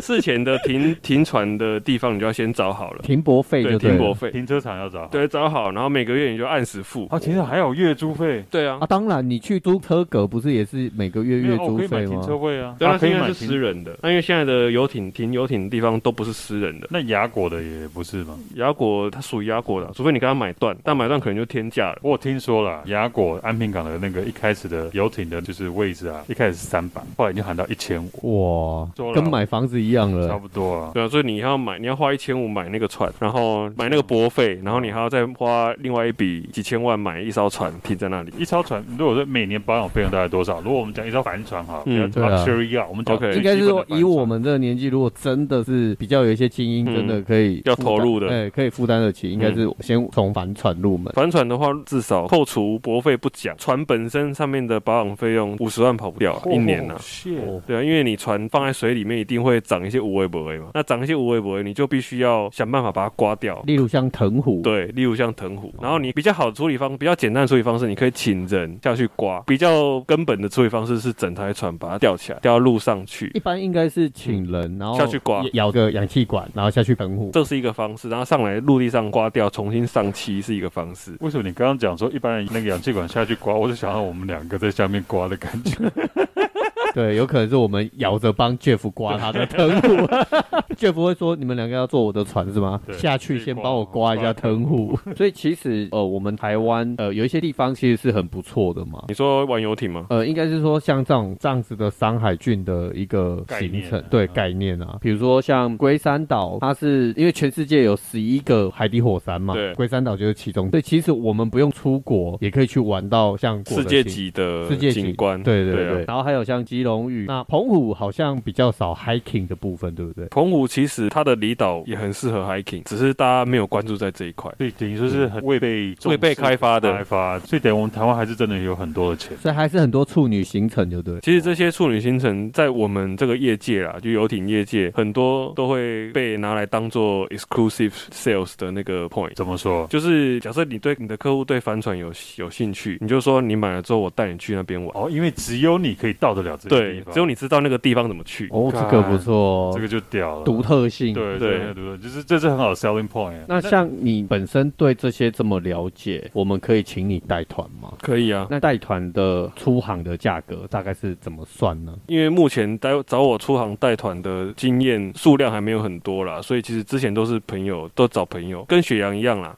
C: 事前的停停船的地方你就要先找好了，
B: 停泊费就
C: 对，
B: 对
C: 停
B: 了
C: 泊费，
A: 停车场要找。，
C: 对，找好，然后每个月你就按时付
A: 啊，，停车场还有月租费，
C: 对啊
B: 啊。，当然，你去租车格不是也是每个月
A: 没有
B: 月租
A: 我可以买
B: 费
A: 停
B: 吗？
A: 车位啊，
C: 对啊，
A: 啊可以
C: 现在
A: 买
C: 是
A: 停
C: 私人的，那因为现在的游艇停游艇的地方都不是私人的，
A: 那雅果的也不是吗？
C: 雅果它属于雅果的啊，除非你跟他买断，但买断可能就天价了。
A: 我有听说了，雅果安平港的那个一开始的游艇的就是位置啊，一开始是三百，后来已经喊到一千五，
B: 哇
A: 做，了
B: 跟买房子一样
A: 差
B: 了。
A: 不多啊。
C: 对啊，所以你要买，你要花一千五买那个船，然后买那个泊费，然后你还要再花另外一笔几千万买一艘船停在那里。
A: 一艘船，如果说每年保养费用大概多少？如果我们讲一艘帆船哈，
C: 嗯
A: 不要
B: 对啊
A: luxury yacht，我们讲
C: OK
A: 最
B: 应该是
A: 基本的
B: 说
A: 帆，船
B: 以我们这个年纪，如果真的是比较有一些精英，
C: 嗯
B: 真的可以
C: 要
B: 负
C: 投入的
B: 担哎，可以负担得起，应该是先从帆船入门。
C: 帆船的话，至少扣除泊费不讲，船本身上面的保养费用五十万跑不掉啊、一年呢、
A: 哦，shit
C: 对啊，因为你船放在水里面，一定会长一些无为不为嘛。那长一些无为不为，你就必须要想办法把它刮掉。
B: 例如像藤壶，
C: 对，例如像藤壶，然后你比较好的处理方，比较简单的处理方式，你可以请人下去刮。比较根本的处理方式是整台船把它吊起来，吊到路上去
B: 一，般应该是请人，然后
C: 下去刮
B: 咬个氧气管，然后下去藤壶。
C: 这是一个方式。然后上来陆地上刮掉，重新上漆是一个方式。
A: 为什么你刚刚讲说一般人那个氧气管下去刮，我就想到我们两个在下面刮的感觉。
B: 对，有可能是我们摇着帮 Jeff 刮他的藤壶。Jeff 会说：“你们两个要坐我的船是吗？
A: 对
B: 下去先帮我刮一下藤壶。” 所以其实呃，我们台湾呃有一些地方其实是很不错的嘛。
C: 你说玩游艇吗？
B: 呃，应该是说像这种这样子的山海郡的一个
A: 概
B: 行
A: 念
B: 程，
A: 啊
B: 对
A: 嗯
B: 概念啊，比如说像龟山岛，它是因为全世界有十一个海底火山嘛
C: 对，
B: 龟山岛就是其中，所以其实我们不用出国也可以去玩到像国
C: 世
B: 的
C: 界
B: 行
C: 级的
B: 世界级
C: 景
A: 嗯
C: 观，
B: 对对
C: 对
B: 对
C: 啊
B: 然后还有像基隆屿，那澎湖好像比较少 hiking 的部分，对不对？
C: 澎湖其实它的离岛也很适合 hiking，只是大家没有关注在这一块。
A: 对，等于说是很未被重视
C: 未被开发的
A: 开发，所以等于我们台湾还是真的有很多的钱。
B: 所以还是很多处女行程，对不对？
C: 其实这些处女星辰在我们这个业界啊啦，就游艇业界，很多都会被拿来当做 exclusive sales 的那个 point。
A: 怎么说？
C: 就是假设你对你的客户对帆船有有兴趣，你就说你买了之后我带你去那边玩。
A: 哦，因为只有你可以到得了这这个地
C: 对，
A: 方，
C: 只有你知道那个地方怎么去。
B: 哦，这个不错哦
A: 啊这，个就屌了，
B: 独特性。
A: 对
C: 对
A: 对对，就是这是很好的 selling point 啊。
B: 那像你本身对这些这么了解，我们可以请你带团吗？
C: 可以啊，
B: 那带团的出航的价格大概是怎么算呢？
C: 因为目前带找我出航带团的经验数量还没有很多啦，所以其实之前都是朋友，都找朋友，跟雪阳一样 啦，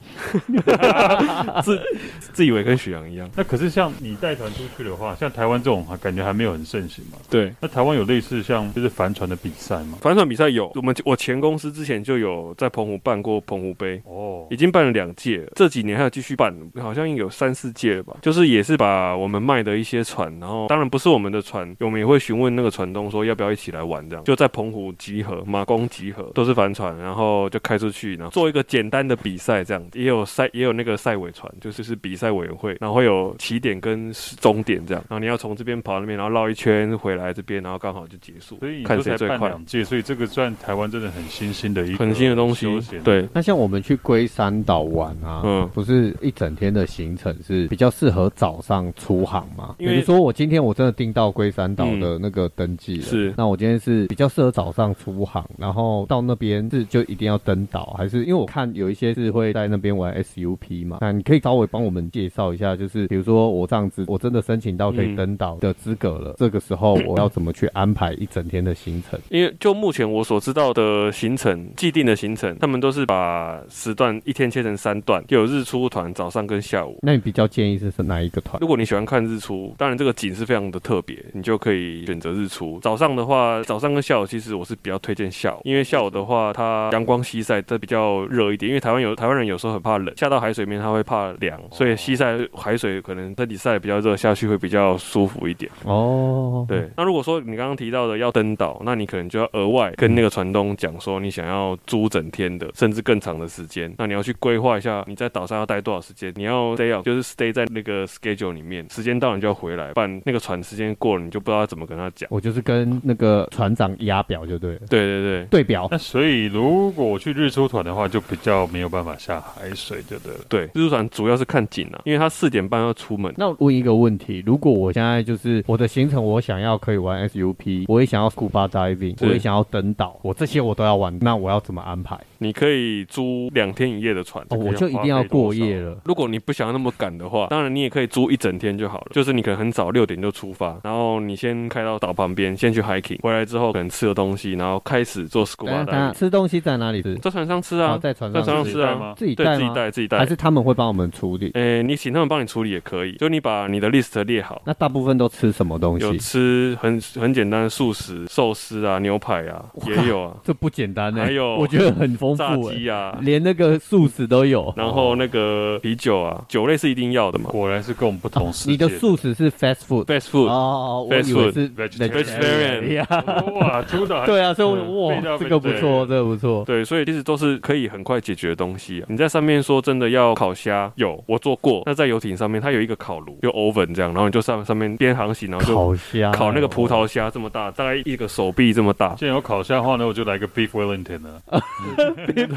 C: 自自以为跟雪阳一样。
A: 那可是像你带团出去的话，像台湾这种还感觉还没有很盛行嘛。
C: 对，
A: 那台湾有类似像就是帆船的比赛吗？
C: 帆船比赛有，我们我前公司之前就有在澎湖办过澎湖杯，
A: 哦
C: 已，经办了两届了，这几年还有继续办，好像有三四届了吧。就是也是把我们卖的一些船，然后当然不是我们的船，我们也会询问那个船东说要不要一起来玩，这样就在澎湖集合，马公集合，都是帆船，然后就开出去，然后做一个简单的比赛，这样也有赛也有那个赛尾船，就是是比赛委员会，然后会有起点跟终点这样，然后你要从这边跑到那边，然后绕一圈回来这边，然后刚好就结束
A: 所以，你
C: 看
A: 说
C: 谁
A: 才
C: 最
A: 办
C: 快。
A: 两届，所以这个算台湾真的很新兴的一个
C: 很新的东西
A: 休闲，
C: 对，
B: 那像我们去龟山岛玩啊，
C: 嗯
B: 不是一整天的行程是比较适合早上出航吗？比
C: 因为嗯
B: 如说我今天我真的订到龟山岛的那个登记了，
C: 是
B: 那我今天是比较适合早上出航，然后到那边是就一定要登岛，还是因为我看有一些是会在那边玩 SUP 嘛？那你可以稍微帮我们介绍一下，就是比如说我这样子，我真的申请到可以
C: 嗯
B: 登岛的资格了，这个时候我要怎么去安排一整天的行程？
C: 因为就目前我所知道的行程，既定的行程，他们都是把时段一天切成三段，就有日出团、早上跟下午。
B: 那你比较建议是哪一个团？
C: 如果你喜欢看日出，当然这个景是非常的特别，你就可以选择日出。早上的话，早上跟下午其实我是比较推荐下午，因为下午的话，它阳光西晒，这比较热一点。因为台湾有台湾人有时候很怕冷，下到海水面他会怕凉，所以西晒海水可能身体晒得比较热，下去会比较舒服一点。
B: 哦，
C: 对，那如果说你刚刚提到的要登岛，那你可能就要额外跟那个船东讲说，你想要租整天的，甚至更长的时间。那你要去规划一下，你在岛上要待多少时间，你要 stay out，就是 stay 在那个 schedule 里面，时间到了你就要回来，不然那个船时间过了，你就不知道怎么跟他讲。
B: 我就是跟那个船长压表就对了，
C: 对对对。
B: 对表
A: 那所以如果我去日出团的话，就比较没有办法下海水，就对了。
C: 对，自助船主要是看景啊，因为它四点半要出门。
B: 那我问一个问题，如果我现在就是我的行程，我想要可以玩 SUP，我也想要 scuba diving，
C: 是
B: 我也想要登岛，我这些我都要玩，那我要怎么安排？
C: 你可以租两天一夜的船，
B: 哦，
C: 这个
B: 我就一
C: 花
B: 定要
C: 费多
B: 过
C: 少
B: 夜了。
C: 如果你不想要那么赶的话，当然你也可以租一整天就好了。就是你可能很早六点就出发，然后你先开到岛旁边，先去 hiking，回来之后可能吃了东西，然后开始
B: 等
C: 做
B: 一下
C: scuba
B: 等一下
C: diving，
B: 吃东西在哪里吃？
C: 在船上吃
B: 然后
C: 啊，
B: 在船
C: 在船
B: 上
C: 上
B: 吃
C: 吃
A: 带
C: 啊
A: 吗，
B: 自己
C: 对，
B: 带
C: 自己
B: 吗？
C: 带自己
B: 还
C: 带
B: 是。他们会帮我们处理？
C: 诶，你请他们帮你处理也可以，就你把你的 list 列好。
B: 那大部分都吃什么东
C: 有
B: 西？
C: 吃很很简单的素食、寿司啊、牛排啊，也有啊，
B: 这不简单呢、
C: 还有
B: 我觉得很丰
C: 炸
B: 富、欸，
C: 鸡啊，
B: 连那个素食都有。
C: 然后那个啤酒啊，酒类是一定要的嘛。
B: 哦
A: 果然是跟我们不同世界。
B: 你的素食是 fast food
C: Best food，
B: 哦，我
C: Fast
B: 以为
C: food，
B: 是
A: vegetarian
B: vegetarian 哎呀
A: 哇，出岛还
B: 对啊，所以我
A: 味
B: 哇，
A: 道
B: 这个不错，
A: vegetarian
B: 这个不错。
C: 对，所以其实都是可以很快解决的东西、啊。你在上面说真的要烤虾，有我做过。那在游艇上面，它有一个烤炉，有 oven 这样，然后你就上上面边航行，然后就
B: 烤虾，
C: 烤那个葡。萄虾这么大，大概一个手臂这么大。
A: 既然有烤虾的话呢，我就来个 beef Wellington 啊了。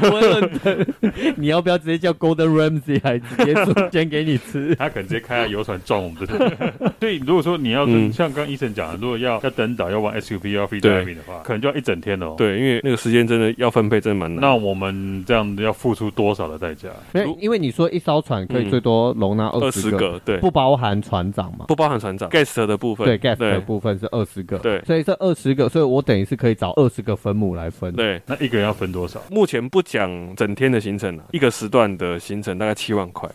B: 你要不要直接叫 Golden Ramsy 来直接 煮先给你吃？
A: 他可能直接开下游船撞我 们的。所以如果说你要
C: 嗯
A: 是像刚医生讲的，如果要要登岛要玩 SUP 要 free
C: 对
A: diving 的话，可能就要一整天哦。，
C: 对，因为那个时间真的要分配，真的蛮难。
A: 那我们这样要付出多少的代价？
B: 没有，因为你说一艘船可以最多容纳
C: 二
B: 嗯二
C: 十
B: 十
C: 个，对，
B: 不包含船长嘛？
C: 不包含船长 guest 的部分，
B: 对，gas
C: 对
B: 的部分是二十个，
C: 对
B: 所以这二十个，所以我等于是可以找二十个分母来分。哦
C: 对。
A: 那一个人要分多少？
C: 目前不讲整天的行程了、一个时段的行程大概七万块，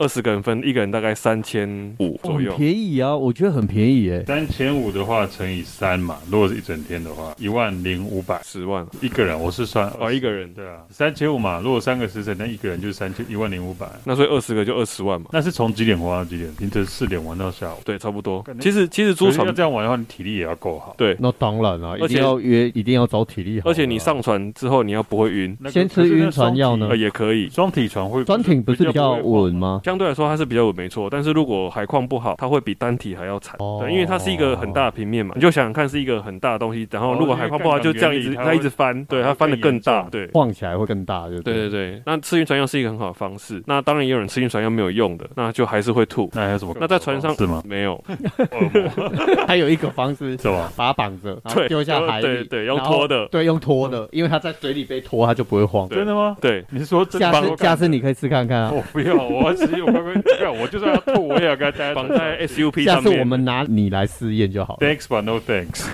C: 二十个人分，一个人大概三千五
B: 哦，
C: 左
B: 很
C: 右。
B: 便宜啊，我觉得很便宜耶。
A: 三千五的话乘以三嘛，如果是一整天的话，一万零五百
C: 十万
A: 一个人，我是算
C: 哦，一个人，
A: 对啊，三千五嘛，如果三个时辰，那一个人就是三千一万零五百。
C: 那所以二十个就二十万嘛。
A: 那是从几点玩到几点？凌晨四点玩到下午。
C: 对，差不多
A: 可。能
C: 其实其实租
A: 可是要
C: 船
A: 这样嗯玩的话，你体力也要够好。
C: 对，
B: 那当然了，
C: 而
B: 一
C: 且
B: 定要约，一定要找体力好的啊。
C: 而且你上船之后你要不会晕，
A: 那个
B: 先吃晕船药呢
A: 可
C: 呃
A: 是那双体
C: 也可以。
A: 双体船会
B: 专艇不是比较稳吗？
C: 相对来说它是比较稳没错，但是如果海况不好，它会比单体还要惨。
B: 哦
C: 对，因为它是一个很大的平面嘛，你就想想看是一个很大的东西，然
A: 哦
C: 后如果海况不好，就这样一直它一直翻，对，它翻的更大，对。
B: 晃起来会更大，就
C: 对对对，那吃晕船药是一个很好的方式。那当然也有人吃晕船药没有用的，那就还是会吐。
A: 那还有什么更好
C: 那
A: 的方式？
C: 在船上哦
A: 是 吗？
C: 没有，
B: 还有一个方 式
A: 是吧？
B: 把它绑着，然后
C: 对
B: 丢下海里，
C: 对对用
B: 然后
C: 拖的嗯
B: 对，用拖的，因为它在水里被拖，它就不会慌。
C: 对
A: 真的吗？
C: 对，
A: 你是说真的
B: 下次
A: 绑
B: 下次你可以试看看啊。
A: 我哦不要，我要直接我乖乖，不要我就算要吐，我也要跟他待
C: 绑 在 SUP
B: 下
C: 上
B: 次
C: 面。
B: 我们拿你来试验就好了。
A: Thanks but no thanks。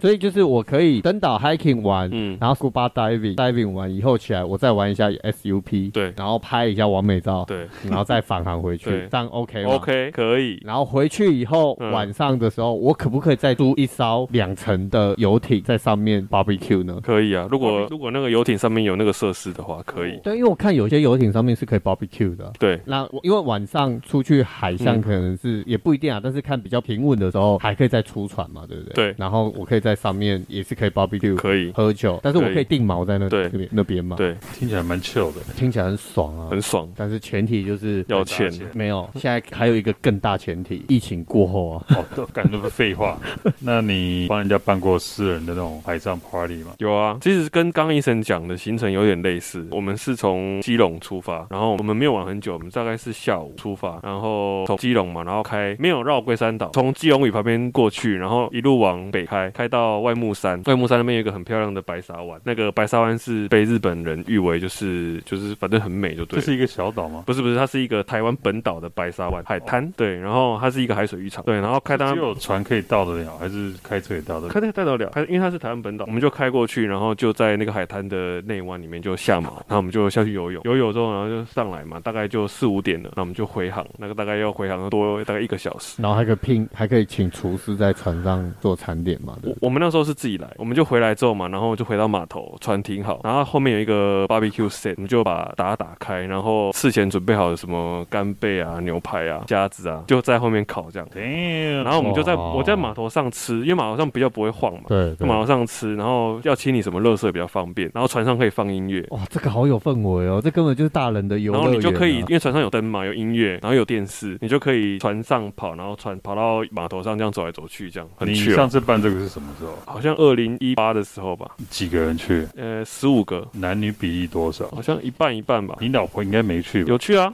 B: 所以就是我可以登岛 hiking 完，
C: 嗯，
B: 然后 scuba diving diving 完以后起来，我再玩一下 SUP，
C: 对
B: 然后拍一下完美照，
C: 对
B: 然后再返航回去，
C: 对
B: 这样 OK
A: 啊
B: 吗
C: ，OK，可以。
B: 然后回去以后，
C: 嗯
B: 晚上的时候，我可不可以再租一艘两层的游艇在上面 barbecue 呢？
C: 可以啊，如果如果那个游艇上面有那个设施的话，可以。
B: 对，因为我看有些游艇上面是可以 barbecue 的。啊
C: 对，
B: 那我因为晚上出去海上
C: 嗯
B: 可能是、也不一定啊，但是看比较平稳的时候，还可以再出船嘛，对不对？
C: 对
B: 然后我可以在上面也是可以 barbecue
C: 可以，
B: 喝酒，但是我
C: 可以
B: 可以定锚在那
C: 对
B: 那边那边嘛。，
C: 对，
A: 听起来蛮 chill 的，
B: 听起来很爽啊。
C: 很爽，
B: 但是前提就是
C: 要
A: 钱
C: 钱。
B: 没有，现在还有一个更大前提，疫情过后 啊，
A: 哦，都感觉不是废话。那你帮人家办过私人的那种海上 party 吗？
C: 有啊，其实跟刚刚医生讲的行程有点类似。我们是从基隆出发，然后我们没有玩很久，我们大概是下午出发，然后从基隆嘛，然后开没有绕龟山岛，从基隆屿旁边过去，然后一路往北开，开到外木山。外木山那边有一个很漂亮的白沙湾，那个白沙湾是被日本人誉为就是就是反正很美就对
A: 这
C: 了
A: 是。一个小岛吗？
C: 不是不是，它是一个台湾本岛的白沙湾海滩，对，然后它是一个海水浴场，对，然后开到
A: 哦只有船可以到得了，还是开车也到得了？
C: 开带带得了，开因为它是台湾本岛，我们就开过去，然后就在那个海滩的内湾里面就下 锚，然后我们就下去游泳，游泳之后然后就上来嘛，大概就四五点了，那我们就回航，那个大概要回航多大概一个小时。
B: 然后还可以聘，还可以请厨师在船上做餐点嘛，对
C: 我
B: 不对？
C: 我们那时候是自己来，我们就回来之后嘛，然后就回到码头，船停好，然后后面有一个 barbecue set，我们就把打打开，然后事前准备好的什么干贝啊、牛排啊、虾子啊，就在后面烤这样。
A: Damn，
C: 然后我们就在
B: 哇
C: 我在码头上吃，因为码头上比较不会晃嘛，
B: 对
C: 在
B: 对
C: 码。头上吃，然后要清理什么垃圾比较方便，然后船上可以放音乐。
B: 哇，这个好有氛围哦，这根本就是大人的游乐
C: 然
B: 园啊、
C: 后你就可以，因为船上有灯嘛，有音乐，然后有电视，你就可以船上跑，然后船跑到码头上这样走来走去，这样很
A: 哦你
C: chill
A: 上次办这个是什么时候？
C: 好像二零一八的时候吧，
A: 几个人去？
C: 呃，十五个，
A: 男女比例多少？
C: 好像一半一半吧。
A: 你老婆应该没去吧？
C: 有趣啊，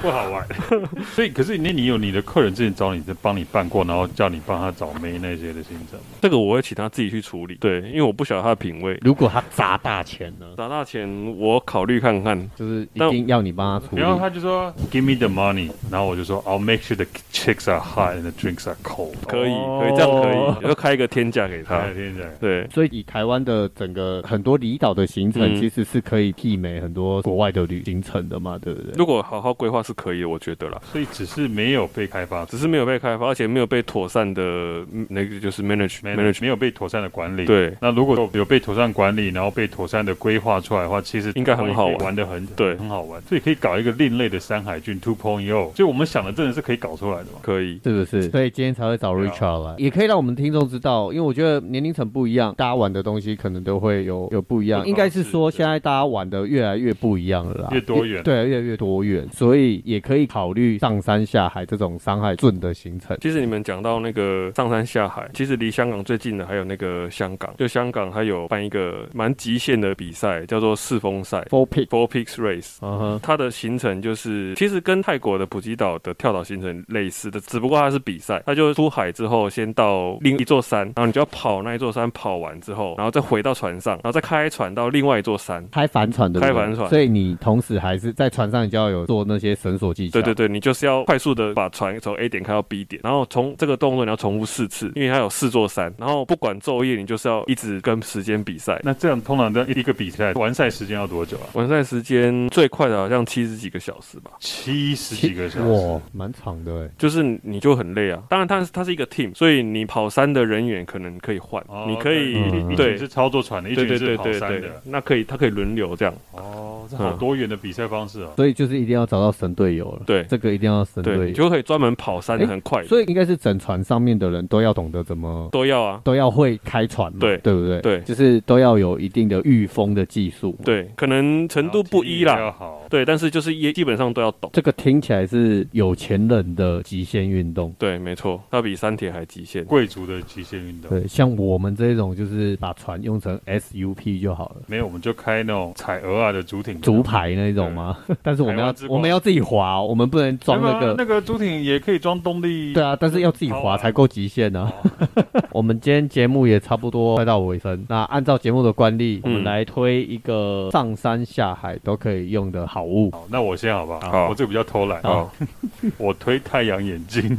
A: 不好玩。所以，可是那你有你的客人之前找你在帮你办过，然后叫你帮他找妹那些的行程吗，
C: 这个我会请他自己去处理。对，因为我不晓得他的品味。
B: 如果他砸大钱呢，
C: 砸大钱，我考虑看看。
B: 就是一
C: 但
B: 定要你帮他处理
A: 然。后他就说 Give me the money，然后我就说 I'll make sure the chicks are hot and the drinks are cold。
C: 可以，
B: 哦
C: 可以，这样可以，我就开一个天价给他
A: 哎。天哪
C: 对，
B: 所以以台湾的整个很多离岛的行程，
C: 嗯
B: 其实是可以媲美很多国外的旅行程的嘛，对不对？
C: 如果好好规划是可以的，我觉得啦。
A: 所以只是没有被开发，
C: 只是没有被开发，而且没有被妥善的嗯那个就是 manage manage。
A: 没有被妥善的管理。。
C: 对
A: 那如果有被妥善管理，然后被妥善的规划出来的话，其实
C: 应该很好玩
A: 玩的很
C: 对
A: 很好玩，所以可以搞一个另类的山海郡 Two Point O，所以我们想的真的是可以搞出来的嘛。
C: 可以，
B: 是不是？所以今天才会找
A: 对啊
B: Richard 来，也可以让我们听众知道，因为我觉得年龄层不一样，大家玩的东西可能都会有有不一样。
A: 不
B: 应该是
A: 同是
B: 说，
A: 对
B: 现在大家玩的越来越不一样了啦，
A: 越多元
B: 对，越来越多元，所以也可以考虑上山下海这种伤害准的行程。
C: 其实你们讲到那个上山下海，其实离香港最近的还有那个香港，就香港它有办一个蛮极限的比赛，叫做四峰赛
B: Four pick，
C: （Four Peaks Race）。
B: 嗯哼，
C: 它的行程就是，其实跟泰国的普吉岛的跳岛行程类似的，只不过它是比赛，它就出海之后先到另一座山，然后你就要跑那一座山，跑完之后，然后再回到船上，然后再开船到另外一座山。
B: 开帆船的，
C: 开帆船
B: 所以你同时还是在船上，你就要有做那些绳索技巧。
C: 对对对，你就是要快速的把船从 A 点开到 B 点，然后从这个动作你要重复四次，因为它有四座山，然后不管昼夜，你就是要一直跟时间比赛。
A: 那这样通常这样一个比赛完赛时间要多久啊？
C: 完赛时间最快的好像七十几个小时吧，
A: 七十
B: 其，
A: 几个小时。
B: 哇，蛮长的哎。
C: 就是你就很累啊。当然它是它是一个 team，所以你跑山的人员可能可以换，
A: 哦
C: 你可以、
B: 嗯
A: 一一
C: 对
A: 群是操作船的，一
C: 对
A: 群
C: 对
A: 是
C: 对
A: 跑
C: 对
A: 山
C: 对
A: 的。，
C: 那可以它可以轮流这样。
A: 哦，这好多元的比赛方式啊！
B: 所以就是一定要找到神队友了。
C: 对
B: 这个一定要神
C: 对，
B: 队
C: 你
B: 友。
C: 就可以专门跑山
B: 诶
C: 很快，
B: 所以应该是整船上面的人都要懂得怎么
C: 都要啊。
B: 都要会开船嘛，
C: 对
B: 对不对？
C: 对
B: 就是都要有一定的御风的技术。
C: 对，可能程度不一
A: 要
C: 啦，
A: 好。
C: 对，但是就是也基本上都要懂。
B: 这个听起来是有钱人的极限运动。
C: 对，没错，它比三铁还极限。
A: 贵族的极限运动，
B: 对，像我们这种就是把船用成 SUP 就好了，
A: 没有我们就开那种采鹅啊的竹艇，
B: 竹排那种吗？ 但是我们
A: 台
B: 要
A: 湾之光
B: 我们要自己划哦、我们不能装那
A: 没有
B: 个
A: 啊。那个竹艇也可以装动力。
B: 对啊，但是要自己
A: 好
B: 划
A: 啊
B: 才够极 限呢、我们今天节目也差不多快到尾声，那按照节目的惯例，我们
C: 嗯
B: 来推一个上山下海都可以用的好 物。
A: 好，那我先好不好？
C: 好
A: 我这个比较偷懒，
B: 好
C: 好，
A: 我推太阳眼镜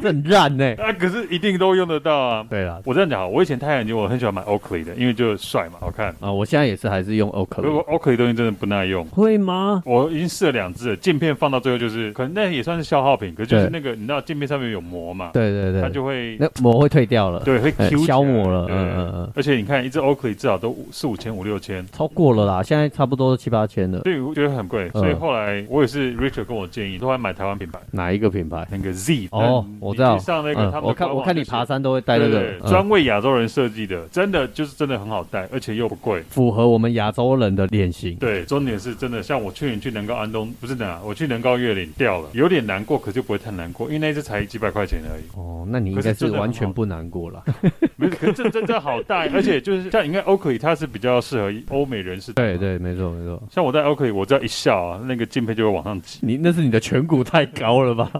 B: 这很烂呢、
A: 啊，可是一定都用得到啊。
B: 对啦，
A: 我这样讲好，我以前太阳眼镜我很喜欢买 Oakley 的，因为就帅嘛，好看。
B: 啊，我现在也是还是用
A: 如
B: Oakley。
A: 果 Oakley 东西真的不耐用，
B: 会吗？
A: 我已经试了两只了，镜片放到最后就是，可能那也算是消耗品，可是就是
B: 对
A: 那个你知道镜片上面有膜嘛，
B: 对对对，
A: 它就会
B: 那膜会退掉了，
A: 对会
B: 哎
A: Q
B: 消磨了，
A: 对
B: 嗯嗯嗯，
A: 而且你看一只 Oakley 至少都五四五千五六千。
B: 超过了啦，现在差不多七八千了。
A: 所以我觉得很贵，所以
B: 嗯
A: 后来我也是 Richard 跟我建议，都还买台湾品牌
B: 哪一个品牌？
A: 那个 Z
B: 哦
A: 但，
B: 我知
A: 嗯
B: 道
A: 你去，上那个他们的
B: 嗯，我看
A: 官网
B: 我看你
A: 就是
B: 爬山都会带那
A: 对
B: 个
A: 对，对
B: 嗯
A: 专为亚洲人设计的，真的就是真的很好戴，而且又不贵。
B: 符合我们亚洲人的脸型。
A: 对，重点是真的，像我去年去南高安东，不是南，我去南高月岭掉了，有点难过，可就不会太难过，因为那一只才几百块钱而已。
B: 哦，那你应该
A: 可是真的
B: 是
A: 很好
B: 完全不难过了。
A: 不是，可是这真的好戴，而且就是像你看 Oakley，它是比较适合欧美人士。
B: 对。对，没错没错。
A: 像我戴 Oakley，我只要一笑啊，那个镜片就会往上挤。
B: 你那是你的颧骨太高了吧？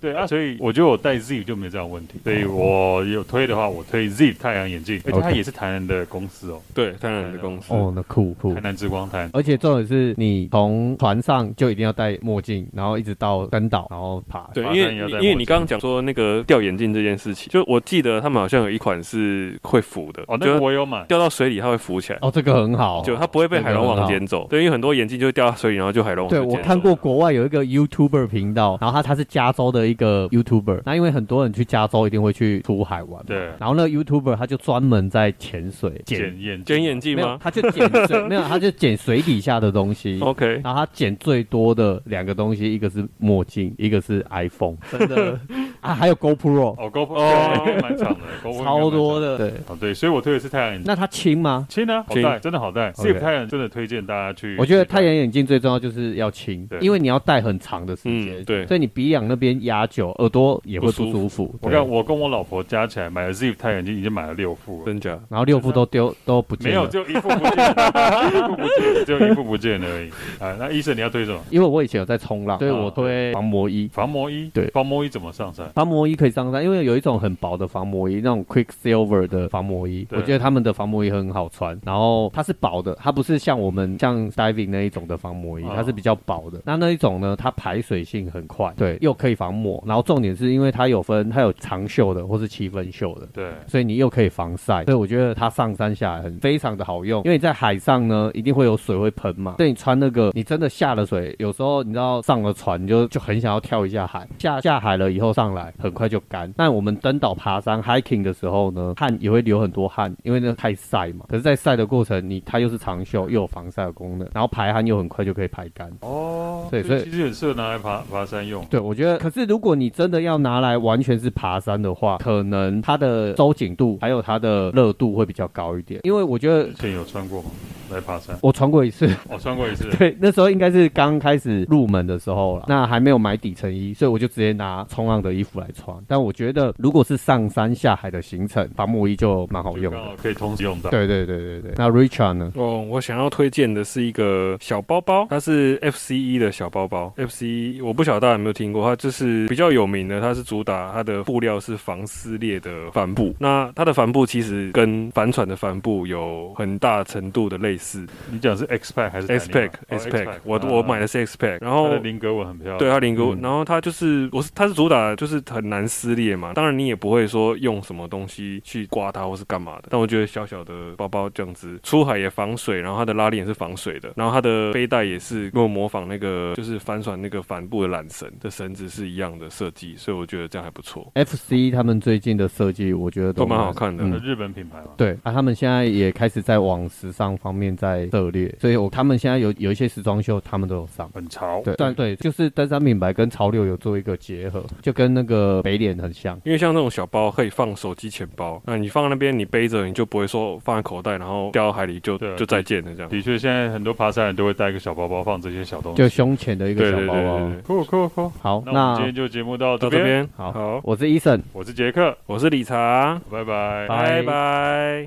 A: 对啊，所以我觉得我戴 Z 就没这样的问题。所以我有推的话，我推 Z 太阳眼镜，而且它
B: OK
A: 也是台南的公司哦，
C: 对，当然的公司。
B: 哦，那酷酷
A: 台。南之光台。
B: 而且重点是你从船上就一定要戴墨镜，然后一直到登岛，然后爬。
C: 对
A: 爬，山
C: 因为
A: 也要
C: 你
A: 戴
C: 因为
A: 墨
C: 你
A: 镜
C: 刚刚讲说那个掉眼镜这件事情，就我记得他们好像有一款是会浮的，
A: 哦，那
C: 就
A: 个
C: 是
A: 我有买。
C: 掉到水里它会浮起来，
B: 哦，这个很好。
C: 就它不会被海龙王捡走。对，因为很多眼镜就会掉到水里，然后就海龙王
B: 对，
C: 就
B: 我
C: 捡
B: 看
C: 走
B: 过国外有一个 YouTuber 频道，然后他他是加州的一个 YouTuber，那因为很多人去加州一定会去出海玩嘛，
A: 对
B: 然后那个 YouTuber 他就专门在潜水捡，
A: 捡眼
C: 捡
A: 镜
C: 眼镜
B: 没有
C: 吗
B: 他就捡水，没有他就捡水底下的东西。
C: ？OK，
B: 然后他捡最多的两个东西，一个是墨镜，一个是 iPhone，真的 啊，还有 GoPro，
A: 哦，GoPro
C: 哦
A: 对应该蛮 长的，GoPro 应该蛮长
B: 超多。的。对，
A: 哦，对，所以我推的是太阳眼镜。
B: 那它轻吗？
A: 轻啊，好
C: 轻
A: 戴，真的好戴。
B: OK
A: Steve 太阳真的推荐大家去。
B: 我觉得太
A: 去
B: 阳眼镜最重要就是要轻
A: 对，
B: 因为你要戴很长的时间，
C: 嗯，对，
B: 所以你鼻梁那边压久，耳朵也会不舒
C: 不
B: 服。
A: 戴。我
B: 对
A: 看我跟我老婆加起来买了 Steve 太阳眼镜，已经买了六副了。
C: 真假？
B: 然后六副都丢都不见
A: 没有，
B: 了
A: 只。有一副不见了，一副不见了，只有一副不见了而已。啊，那医生你要推什么？
B: 因为我以前有在冲浪，所以
A: 啊
B: 我推防磨衣。
A: 防磨衣。
B: 对
A: 防磨衣怎么上山？
B: 防磨衣可以上山，因为有一种很薄的防磨衣，那种 Quicksilver 的防磨衣，
A: 对
B: 我觉得他们的防磨衣很好穿。然后它是薄的，它不是像我们像 diving 那一种的防磨衣
A: 哦，
B: 它是比较薄的。那那一种呢，它排水性很快，对，又可以防磨。然后重点是因为它有分，它有长袖的或是七分袖的，
A: 对，
B: 所以你又可以防晒，所以我觉得它上山下来很非常的好用，因为你在海上呢，一定会有水会喷嘛，所以你穿那个，你真的下了水，有时候你知道上了船你就就很想要跳一下海，下下海了以后上来很快就干。但我们登岛爬山 hiking 的时候呢，汗也会流很多汗，因为那太晒嘛。可是，在晒的过程，你它又是长袖，又有防晒的功能，然后排汗又很快就可以排干。
A: 哦，
B: 对所以
A: 其实很适合拿来爬爬山用。
B: 对，我觉得，可是如果你真的要拿来完全是爬山的话，可能它的收紧度还有它的热度会比较高一点，因为我觉得
A: 之前有穿过吗？来爬山，
B: 我穿过一 次，
A: 我穿过一次。
B: 对，那时候应该是刚开始入门的时候了，那还没有买底层衣，所以我就直接拿冲浪的衣服来穿。但我觉得，如果是上山下海的行程，防磨衣就蛮好
A: 就
B: 用
A: 刚好
B: 的。
A: 可以同时用到。
B: 对对对对对，那 Richard 呢？
C: 哦，我想要推荐的是一个小包包，它是 FCE 的小包包。FCE 我不晓得大家有没有听过，它就是比较有名的，它是主打它的布料是防撕裂的帆布。那它的帆布其实跟帆船的帆布有很大程度的类似
A: 你讲是 X Pack 还是
C: ，S Pack
B: 哦
C: S
A: 哦
C: Pack，我我买
A: 的。
C: 的是 S Pack，然
A: 啊它
C: 后
A: 的菱格纹很漂亮。呃
C: 对它菱格，
B: 嗯
C: 然后它就是我是它是主打就是很难撕裂嘛，当然你也不会说用什么东西去刮它或是干嘛的，但我觉得小小的包包这样子，出海也防水，然后它的拉链也是防水的，然后它的背带也是跟我模仿那个就是帆船那个帆布的缆绳的绳子是一样的设计，所以我觉得这样还不错。
B: FC 他们最近的设计，我觉得
C: 都蛮好看的
A: 呃日本品牌嘛。
B: 对啊，他们现在也开始在往时尚方面在策略，所以我他们现在有有一些时装秀，他们都有上。
A: 很潮。
B: 对，但对，就是登山品牌跟潮流有做一个结合，就跟那个北脸很像。
C: 因为像这种小包可以放手机、钱包，那你放在那边，你背着你就不会说放在口袋，然后掉到海里就
A: 对啊
C: 就再见了这样。
A: 的确，现在很多爬山人都会带一个小包包，放这些小东西。
B: 就胸前的一个
C: 对
B: 小
C: 对对
B: 包包
C: 对。对，
A: 酷酷酷！
B: 好，
A: 那我们今
B: 那
A: 天就节目到这
C: 到这
A: 边，
C: 边
B: 好
C: 好，
B: 我是医生。
A: 我是杰克，
C: 我是理查，
A: 拜拜，
B: 拜
C: 拜拜。